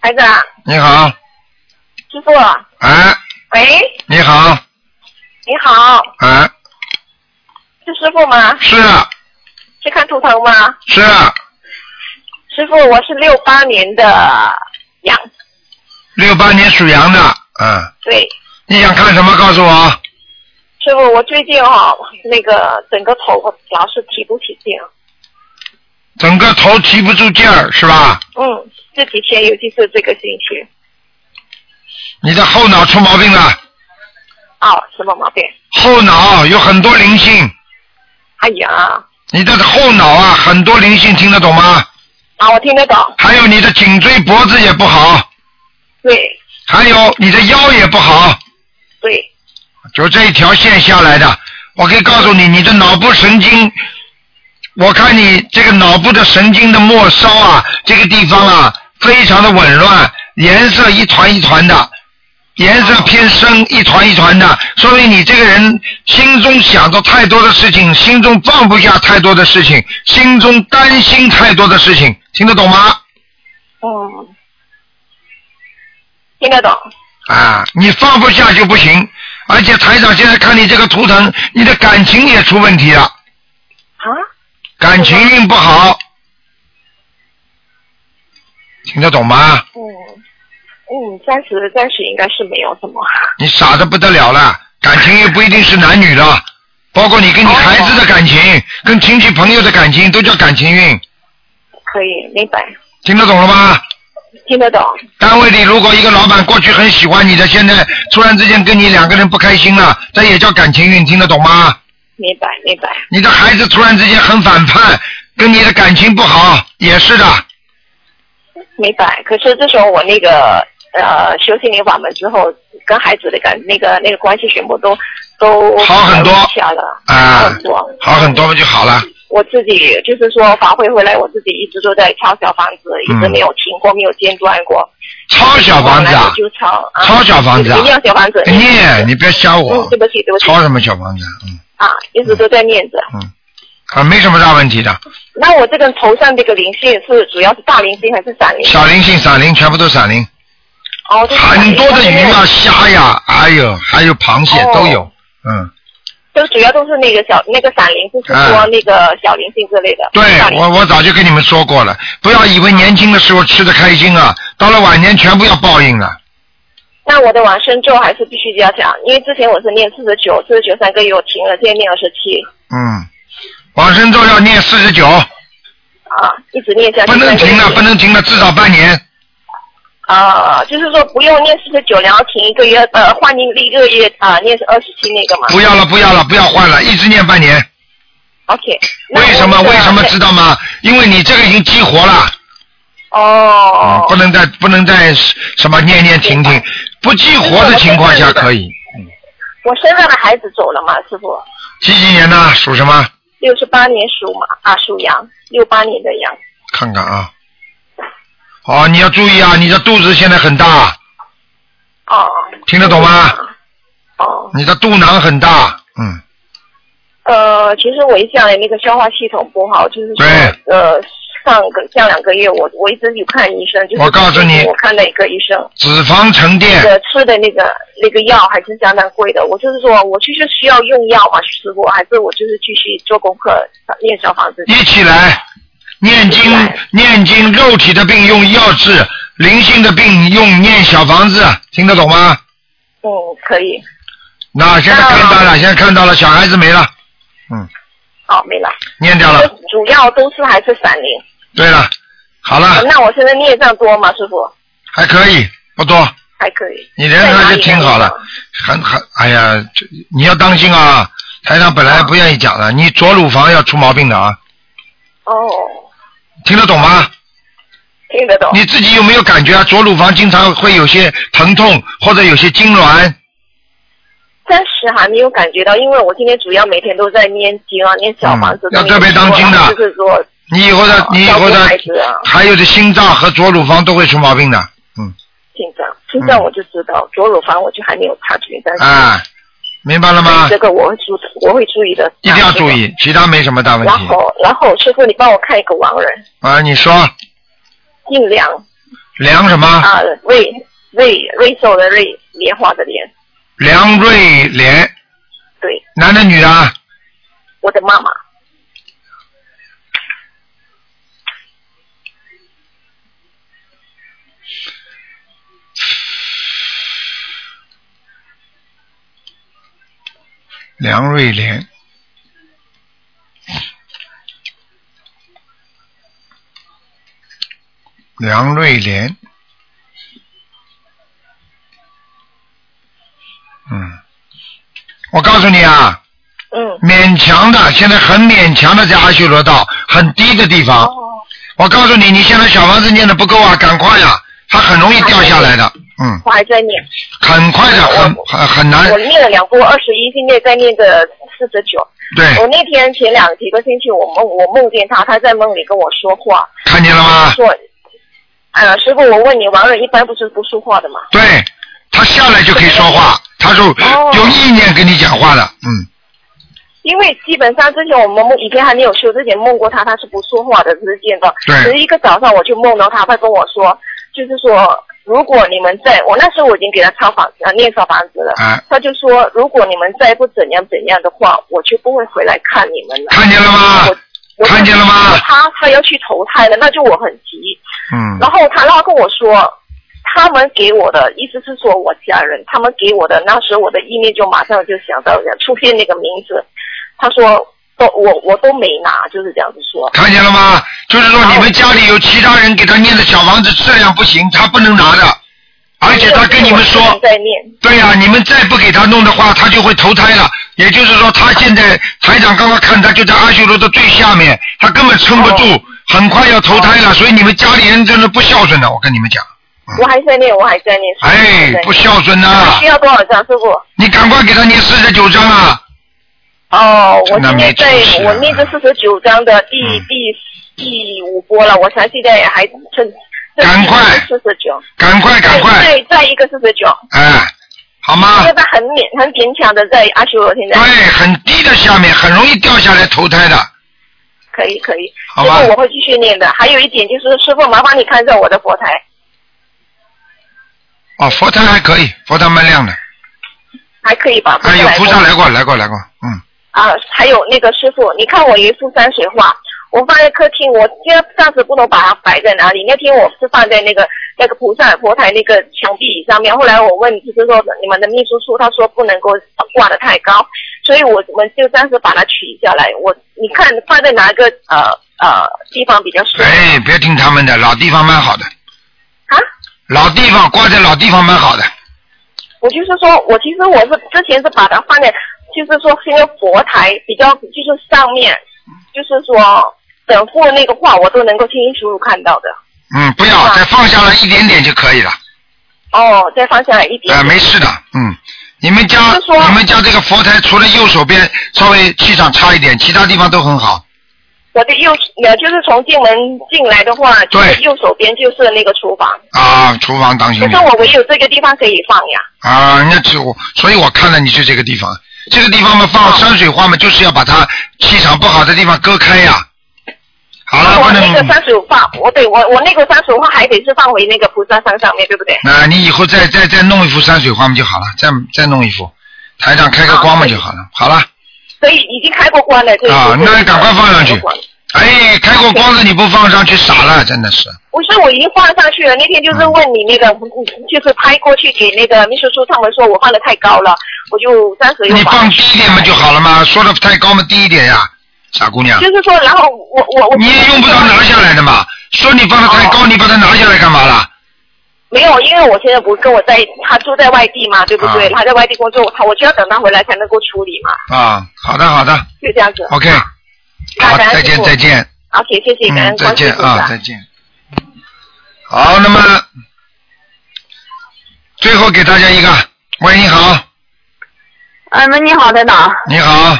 S2: 台长，
S1: 你好，
S2: 师傅，
S1: 哎，
S2: 喂，
S1: 你好，
S2: 你好，
S1: 哎，
S2: 是师傅吗？
S1: 是啊
S2: 是看图腾吗？
S1: 是啊，
S2: 师傅，我是六八年的羊，
S1: 六八年属羊的，嗯。
S2: 对，
S1: 你想看什么？告诉我。
S2: 师傅，我最近哈、那个整个头老是提不起劲，
S1: 整个头提不住劲儿，是吧？
S2: 嗯，这几天尤其是这个星期，
S1: 你的后脑出毛病了，
S2: 哦，什么毛病？
S1: 后脑有很多灵性，
S2: 哎呀，
S1: 你的后脑啊很多灵性，听得懂吗？
S2: 啊，我听得懂，
S1: 还有你的颈椎、脖子也不好，
S2: 对
S1: 还有你的腰也不好，
S2: 对，
S1: 就这一条线下来的。我可以告诉你，你的脑部神经，我看你这个脑部的神经的末梢啊，这个地方啊，非常的紊乱，颜色一团一团的，颜色偏深，一团一团的，说明你这个人心中想着太多的事情，心中放不下太多的事情，心中担心太多的事情，听得懂吗？
S2: 嗯，听得懂。
S1: 啊，你放不下就不行，而且台长现在看你这个图腾，你的感情也出问题了。
S2: 啊？
S1: 感情运不好，听得懂吗？
S2: 嗯嗯，暂时暂时应该是没有什么。
S1: 你傻的不得了了，感情也不一定是男女的，包括你跟你孩子的感情、跟亲戚朋友的感情，都叫感情运，
S2: 可以，明白，
S1: 听得懂了吗？
S2: 听得懂。
S1: 单位里如果一个老板过去很喜欢你的，现在突然之间跟你两个人不开心了，这也叫感情运，听得懂吗？
S2: 明白，明白，
S1: 你的孩子突然之间很反叛，跟你的感情不好，也是的。
S2: 明白。可是自从我那个呃修心灵法门之后，跟孩子的感那个那个关系全部都都
S1: 好很多
S2: 缓和下了，
S1: 啊
S2: 好很多。
S1: 好很多就好了。
S2: 我自己就是说反悔回来，我自己一直都在抄小房子，一直没有停过，没有间断过。
S1: 抄小嗯房子
S2: 后来
S1: 啊
S2: 我，就抄啊，
S1: 抄小房子啊
S2: 一定要小房子。
S1: 念，你别吓
S2: 嗯
S1: 我，
S2: 对不起，对不起
S1: 抄什么小房子？嗯
S2: 啊，一直都在念着。
S1: 嗯，啊，没什么大问题的，
S2: 那我这个头上这个灵性是主要是大灵性还是散灵？
S1: 小灵性、闪灵全部都闪灵。
S2: 哦，就是散灵
S1: 很多的鱼啊、虾呀，哎呦，还有螃蟹
S2: 哦
S1: 都有，嗯，
S2: 都主要都是那个小那个散灵，就是说
S1: 嗯
S2: 那个小灵性之类的。
S1: 对
S2: 大灵
S1: 我我早就跟你们说过了，不要以为年轻的时候吃的开心啊，到了晚年全部要报应了。
S2: 那我的往生咒还是必须加强，因为之前我是念四十九，四十九三个月我停了，现在念二十七
S1: 嗯，往生咒要念四十九，
S2: 啊，一直念下去。
S1: 不能停
S2: 三
S1: 了，
S2: 个月
S1: 不能停了，至少半年。
S2: 啊，就是说不用念四十九，然后停一个月，呃，换一个月啊、念二十七那个嘛。
S1: 不要了，不要了，不要换了，一直念半年。
S2: OK 那我那
S1: 为
S2: 个。
S1: 什么？为什么知道吗？因为你这个已经激活了，
S2: 哦
S1: 嗯，不能再不能再什么念念停停，不激活的情况下可以。
S2: 我身上的孩子走了嘛，师傅，
S1: 几几年呢？属什么？
S2: 六十八年属马啊，属羊，六八年的羊。
S1: 看看啊。哦，你要注意啊，你的肚子现在很大，
S2: 哦，
S1: 听得懂吗？
S2: 哦，
S1: 你的肚囊很大，嗯，
S2: 呃，其实我一向来那个消化系统不好，就是说
S1: 对
S2: 呃上个上两个月我我一直有看医生，就是
S1: 我告诉你
S2: 我看了一个医生，
S1: 脂肪沉
S2: 那
S1: 淀，
S2: 个吃的那个那个药还是相当贵的。我就是说我就是需要用药嘛，师傅，还是我就是继续做功课念小房子。
S1: 一起来念经
S2: 一起来，
S1: 念经，肉体的病用药治，灵性的病用念小房子，听得懂吗？
S2: 嗯，可以，
S1: 那现在看到了，现在看到了，小孩子没了，嗯
S2: 好，没了。
S1: 念掉了。
S2: 主要都是还是散灵。
S1: 对了，好了，
S2: 那我现在孽障多吗，师傅？
S1: 还可以，不多。
S2: 还可以。
S1: 你人还是挺好的，很很，哎呀，这你要当心啊！台上本来不愿意讲的，你左乳房要出毛病的啊，
S2: 哦，
S1: 听得懂吗？
S2: 听得懂。
S1: 你自己有没有感觉啊？左乳房经常会有些疼痛或者有些痉挛，
S2: 暂时还没有感觉到，因为我今天主要每天都在念经啊，念小房子。
S1: 嗯要特别当心的
S2: 啊就是说，
S1: 你以后的
S2: 哦
S1: 你以后
S2: 照顾
S1: 的
S2: 孩子啊
S1: 还有这心脏和左乳房都会出毛病的，嗯
S2: 紧张，心脏我就知道，左乳房我就还没有察觉，但是、
S1: 啊，明白了吗
S2: 这？个我会注，我会注意的。
S1: 一定要注意，其他没什么大问
S2: 然
S1: 题
S2: 后，然后师傅，你帮我看一个亡人，
S1: 啊。你说
S2: 姓梁
S1: 梁什么？
S2: 啊，瑞瑞瑞兽的瑞，莲花的莲，
S1: 梁瑞莲，
S2: 对，
S1: 男的女的啊？
S2: 我的妈妈。
S1: 梁瑞莲。梁瑞莲，嗯，我告诉你啊，
S2: 嗯，
S1: 勉强的，现在很勉强的在阿修罗道很低的地
S2: 哦
S1: 方。我告诉你，你现在小房子念的不够啊，赶快呀、它很容易掉下来的，嗯，
S2: 我还在念，
S1: 很快的，很很很难
S2: 我，念了两波二十一，现在在念个四十九。我
S1: 对，
S2: 那天前两几个星期，我梦我梦见他，他在梦里跟我说话，
S1: 看见了吗？
S9: 哎
S2: 说，呃，师傅，我问你，亡人一般不是不说话的吗？
S1: 对，他下来就可以说话，
S2: 哦
S1: 他就有意念跟你讲话了，嗯。
S2: 因为基本上之前我们梦以前还没有修之前梦过他，他是不说话的日间的。
S1: 对
S2: 只是一个早上我就梦到他会跟我说，就是说如果你们在我那时候我已经给他抄房呃念小房子了，
S1: 啊
S2: 他就说如果你们再不怎样怎样的话，我就不会回来看你们了。
S1: 看见了吗
S2: 我？我就
S1: 看见了吗
S2: 他他要去投胎了，那就我很急。
S1: 嗯
S2: 然后他然后跟我说，他们给我的意思是说我家人，他们给我的那时候我的意念就马上就想到出现那个名字，他说都我我都没拿，就是这样子说。
S1: 看见了吗？就是说你们家里有其他人给他念的小房子，质量不行，他不能拿的。而且他跟你们
S2: 哦我
S1: 说
S2: 一直，在念，
S1: 对呀、你们再不给他弄的话，他就会投胎了。也就是说，他现在台长刚刚看他就在阿修罗的最下面，他根本撑不住，
S2: 哦
S1: 很快要投胎了。所以你们家里人真的不孝顺的，我跟你们讲，
S2: 我还在念，我还在念。
S1: 哎，不孝顺呐、
S2: 需要多少张师傅？
S1: 你赶快给他念四十九章啊！
S2: 哦，我
S1: 那
S2: 现
S1: 没
S2: 在在
S1: 出息啊
S2: 我念这四十九章的第、
S1: 嗯
S2: 第第五波了，我才现在还正
S1: 赶快
S2: 四十九，
S1: 赶快，赶快，
S2: 再再一个四十九，
S1: 哎，好吗
S2: 因为？他很勉很勉强的在阿修罗现在
S1: 对，很低的下面，很容易掉下来投胎的。
S2: 可以可以，
S1: 好
S2: 师
S1: 吧
S2: 傅我会继续念的。还有一点就是，师傅麻烦你看一下我的佛台，
S1: 哦，佛台还可以，佛台蛮亮的。
S2: 还可以吧？
S1: 哎，有菩
S2: 过
S1: 萨来过，来过，来过，嗯，
S2: 啊，还有那个师傅，你看我有一幅山水画，我放在客厅，我因为上次不懂把它摆在哪里，那天我是放在那个那个菩萨佛台那个墙壁上面。后来我问，就是说你们的秘书处，他说不能够挂得太高，所以我们就暂时把它取下来。我你看放在哪个呃呃地方比较适合
S1: 啊哎，别听他们的，老地方蛮好的，
S2: 啊？
S1: 老地方挂在老地方蛮好的，
S2: 我就是说，我其实我是之前是把它放在，就是说是因为佛台比较，就是上面，就是说整幅那个画我都能够清清楚楚看到的。
S1: 嗯，不要
S2: 哇
S1: 再放下来一点点就可以了，
S2: 哦，再放下来一点
S1: 哎，，没事的，嗯，你们家
S2: 就是说
S1: 你们家这个佛台除了右手边稍微气场差一点，其他地方都很好，
S2: 我的右呃，就是从进门进来的话，就是
S1: 对
S2: 右手边就是那个厨房，
S1: 啊，厨房当心
S2: 可是
S1: 点
S2: 我唯有这个地方可以放呀。
S1: 啊，人家只我，所以我看了你就这个地方，这个地方嘛
S2: 啊
S1: 放山水画嘛，就是要把它气场不好的地方割开呀，好了，
S2: 我
S1: 不
S2: 那个
S1: 能。
S2: 三十五放，我对我我那个三十五放还得是放回那个菩萨山上面，对不对？
S1: 那你以后再再再弄一幅山水画嘛就好了，再再弄一幅，台上开个光嘛就好
S2: 哦
S1: 了。好了，
S2: 所以已经开过关了。这个
S1: 啊
S2: 这个
S1: 那赶快放上去
S2: 开过关
S1: 哎，开过光的你不放上去傻了，真的是。
S2: 不是，我已经放上去了。那天就是问你那个，就是拍过去给那个秘书处，他们说我放的太高了，我就暂时又
S1: 你
S2: 把它
S1: 放低一点嘛就好了嘛，说的太高嘛低一点呀，傻姑娘
S2: 就，是说，然后我我我哦
S1: 你也用不着拿下来的嘛。说你放的太高，你把它拿下来干嘛啦？
S2: 没有，因为我现在不跟我在，他住在外地嘛，对不对？
S1: 啊
S2: 他在外地工作，他我就要等他回来才能够处理嘛，
S1: 啊，好的好的
S2: 就这样子。
S1: ，OK，好，
S2: 那感恩
S1: 再
S2: 师
S1: 见
S2: 傅
S1: 再见，
S2: OK，谢谢，感恩
S1: 嗯，再
S2: 关心
S1: 见
S2: 菩
S1: 啊
S2: 萨。
S1: 再见。好，那么最后给大家一个，喂，你好，
S9: 嗯，那你好，台长。
S1: 你好，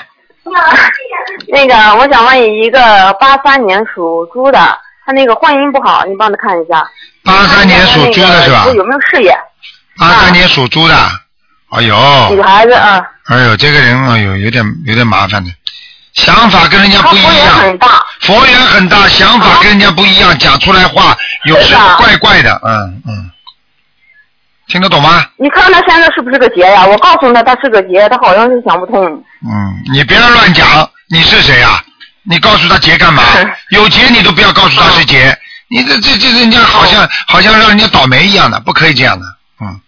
S9: 那个，我想问一个八三年属猪的，他那个婚姻不好，你帮他看一下。
S1: 八三年属猪的
S9: 看一
S1: 是吧
S9: 下他那个？有没有事业？
S1: 八三年属猪的，哎呦，
S9: 几个孩子啊？
S1: 哎呦，这个人哎呦，有点有点麻烦的，想法跟人家
S9: 他佛
S1: 不一
S9: 缘
S1: 样
S9: 很，大，
S1: 佛缘很大，想法跟人家不一样，讲出来话有时候怪怪的，嗯嗯，听得懂吗？
S9: 你看他现在是不是个结呀、我告诉他他是个结，他好像是想不通。
S1: 嗯，你不要乱讲，你是谁啊？你告诉他劫干嘛？有劫你都不要告诉他是劫，你这这这人家好像好像让人家倒霉一样的，不可以这样的，嗯。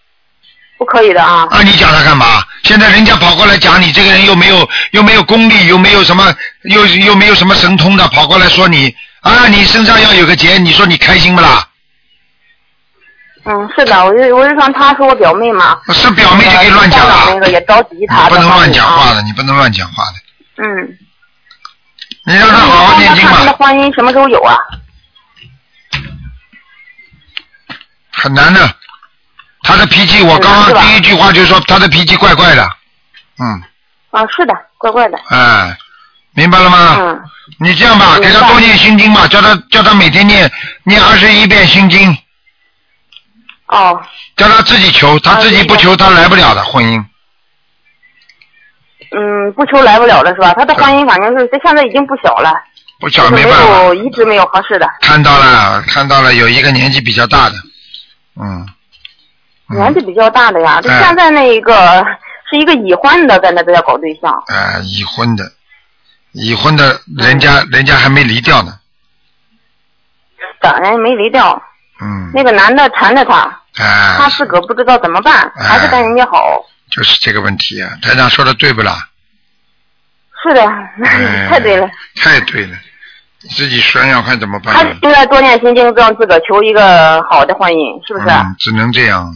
S9: 不可以的啊！
S1: 啊，你讲他干嘛？现在人家跑过来讲你这个人又没有又没有功力，又没有什么又又没有什么神通的，跑过来说你啊，你身上要有个劫，你说你开心不啦？
S9: 嗯，是的，我就我就想她是我表妹嘛，
S1: 是表妹就可以乱讲
S9: 家
S1: 啊
S9: 长
S3: 嗯
S9: 那，个也着急她，
S1: 你不能乱讲话
S9: 的。啊
S1: 的，你不能乱讲话的，
S9: 嗯，
S1: 你让他好好念经
S9: 那她的
S1: 吧，
S9: 婚姻什么时候有啊？
S1: 很难的。他的脾气，我刚
S9: 是吧
S1: 刚第一句话就说他的脾气怪怪的，嗯，
S9: 啊，是的，怪怪的。
S1: 哎，明白了吗？
S9: 嗯，
S1: 你这样吧，给
S9: 明白
S1: 他多念心经吧，叫他叫他每天念念二十一遍心经，
S9: 哦，
S1: 叫他自己
S9: 啊
S1: 求，他自己不求，他来不了的婚姻。
S9: 嗯，不求来不了了是吧？他的婚姻反正是这现在已经不小了，
S1: 不
S9: 就
S1: 讲
S9: 是
S1: 嗯啊没
S9: 没
S1: 办法，
S9: 有一直没有合适的，
S1: 看到了，看到了，有一个年纪比较大的，嗯，嗯
S9: 年纪比较大的呀。就
S1: 哎
S9: 现在那一个是一个已婚的在那边搞对象，
S1: 啊，已婚的，已婚的人家
S9: 嗯
S1: 人家还没离掉呢，
S9: 等人没离掉，
S1: 嗯，
S9: 那个男的缠着她，她
S1: 啊，
S9: 自个儿不知道怎么办，
S1: 哎
S9: 还是跟人家好。
S1: 就是这个问题啊，台长说的对不啦？
S9: 是的，
S1: 哎
S9: 太对了，
S1: 太对了，你自己想想看怎么办啊
S9: 她
S1: 吧？
S9: 就在多念心经，让自个儿求一个好的婚姻，是不是？
S1: 嗯，只能这样，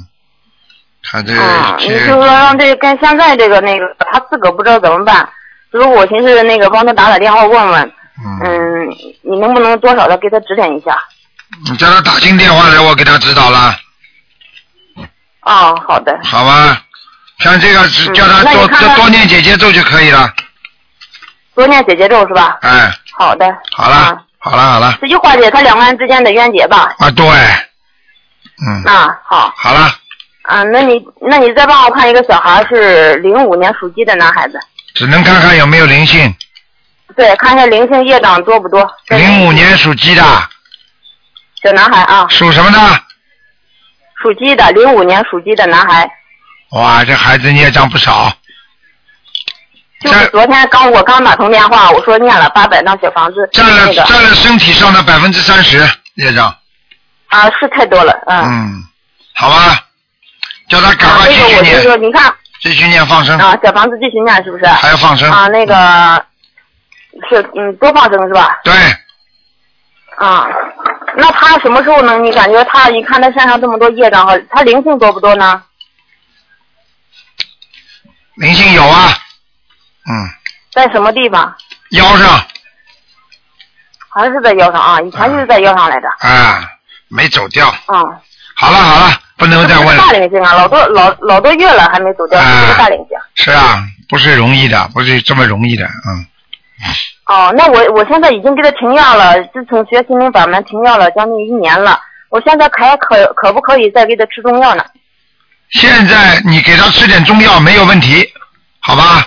S1: 他这
S9: 嗯，你就是
S1: 这
S9: 说让这跟现在这个那个，他自个儿不知道怎么办。所以我寻思那个帮他打打电话问问，
S1: 嗯，
S9: 嗯，你能不能多少的给他指点一下？
S1: 你叫他打进电话来，我给他指导了，
S9: 啊、好的，
S1: 好吧？像这个只叫他
S9: 嗯那你
S1: 多
S9: 看看
S1: 多多念姐姐咒就可以了，
S9: 多念姐姐咒是吧？
S1: 哎，
S9: 好的，
S1: 好了
S9: 啊，
S1: 好了，好了，
S9: 这就化解他两个人之间的冤结吧。
S1: 啊，对，嗯，
S9: 啊，好，
S1: 好了。
S9: 啊，那你那你再帮我看一个小孩是零五年属鸡的男孩子，
S1: 只能看看有没有灵性。
S9: 对，看一下灵性业障多不多？
S1: 零五年属鸡的，
S9: 小男孩啊，
S1: 属什么呢？
S9: 属鸡的，零五年属鸡的男孩，
S1: 哇，这孩子孽障不少。
S9: 就是
S1: 占
S9: 昨天刚我刚打通电话，我说念了八百张小房子，
S1: 占了
S9: 那个
S1: 占了身体上的百分之三十孽障。
S9: 啊是太多了，嗯，
S1: 嗯，好吧，叫他赶
S9: 啊
S1: 快
S9: 那
S1: 继
S9: 个
S1: 续
S9: 我就说
S1: 念，
S9: 你看
S1: 继续念放生，
S9: 啊小房子继续念是不是？
S1: 嗯还要嗯放生。
S9: 啊那个是嗯多放生是吧？
S1: 对，
S9: 啊，那他什么时候能？你感觉他你看他身上这么多业障哈，他灵性多不多呢？
S1: 灵性有啊，嗯，
S9: 在什么地方？
S1: 腰上
S9: 好像是在腰上啊，以前就是在腰上来着。
S1: 啊没走掉。
S9: 啊，
S1: 好了好了，不能
S9: 这
S1: 再
S9: 不
S1: 问
S9: 是
S1: 了
S9: 大。灵性啊，老多老老多月了还没走掉，
S1: 啊
S9: 这是大灵性。
S1: 是啊，不是容易的，不是这么容易的，嗯。
S9: 哦，那我我现在已经给他停药了，自从学心灵法门停药了将近一年了。我现在还可可不可以再给他吃中药呢？
S1: 现在你给他吃点中药没有问题，好吧？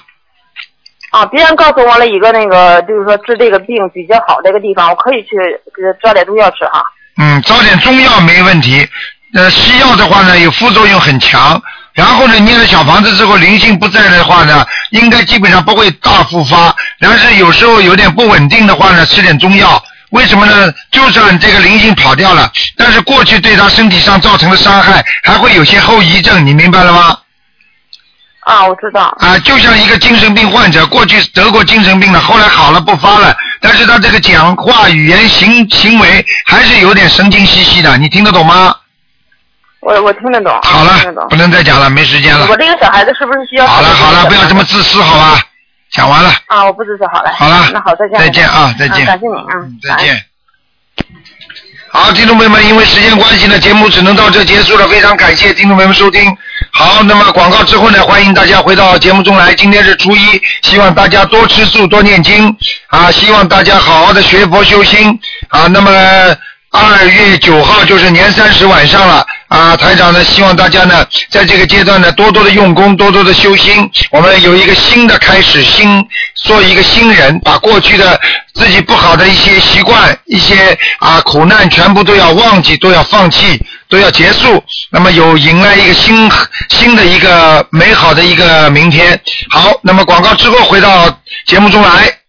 S9: 啊，别人告诉我了一个那个，就是说治这个病比较好的一个地方，我可以去给他抓点中药吃啊哈。
S1: 嗯，找点中药没问题。呃，西药的话呢，有副作用很强。然后呢，念了小房子之后，灵性不在的话呢，应该基本上不会大复发。但是有时候有点不稳定的话呢，吃点中药。为什么呢？就算这个灵性跑掉了，但是过去对他身体上造成的伤害，还会有些后遗症，你明白了吗？
S9: 啊，我知道。
S1: 啊，就像一个精神病患者，过去得过精神病了，后来好了不发了，但是他这个讲话、语言、行行为还是有点神经兮兮的，你听得懂吗？
S9: 我我听得懂，
S1: 好
S9: 听得
S1: 了，
S9: 懂
S1: 不。能再讲了，没时间了
S9: 嗯我。这个小孩子是不是需要？
S1: 好了好了，不要这么自私，好吧？讲完了，
S9: 啊！我不支持好了。
S1: 好了
S9: 那好，再见。
S1: 再见啊，再见
S9: 啊，感谢你啊，
S1: 嗯
S9: 感
S1: 再
S9: 恩。
S1: 见。好，听众朋友们，因为时间关系呢，节目只能到这结束了。非常感谢听众朋友们收听。好，那么广告之后呢，欢迎大家回到节目中来。今天是初一，希望大家多吃素，多念经啊！希望大家好好的学佛修心啊！那么二月九号就是年三十晚上了啊！台长呢，希望大家呢，在这个阶段呢，多多的用功，多多的修心。我们有一个新的开始，新做一个新人，把过去的自己不好的一些习惯、一些啊苦难，全部都要忘记，都要放弃，都要结束。那么有迎来一个新新的一个美好的一个明天。好，那么广告之后回到节目中来。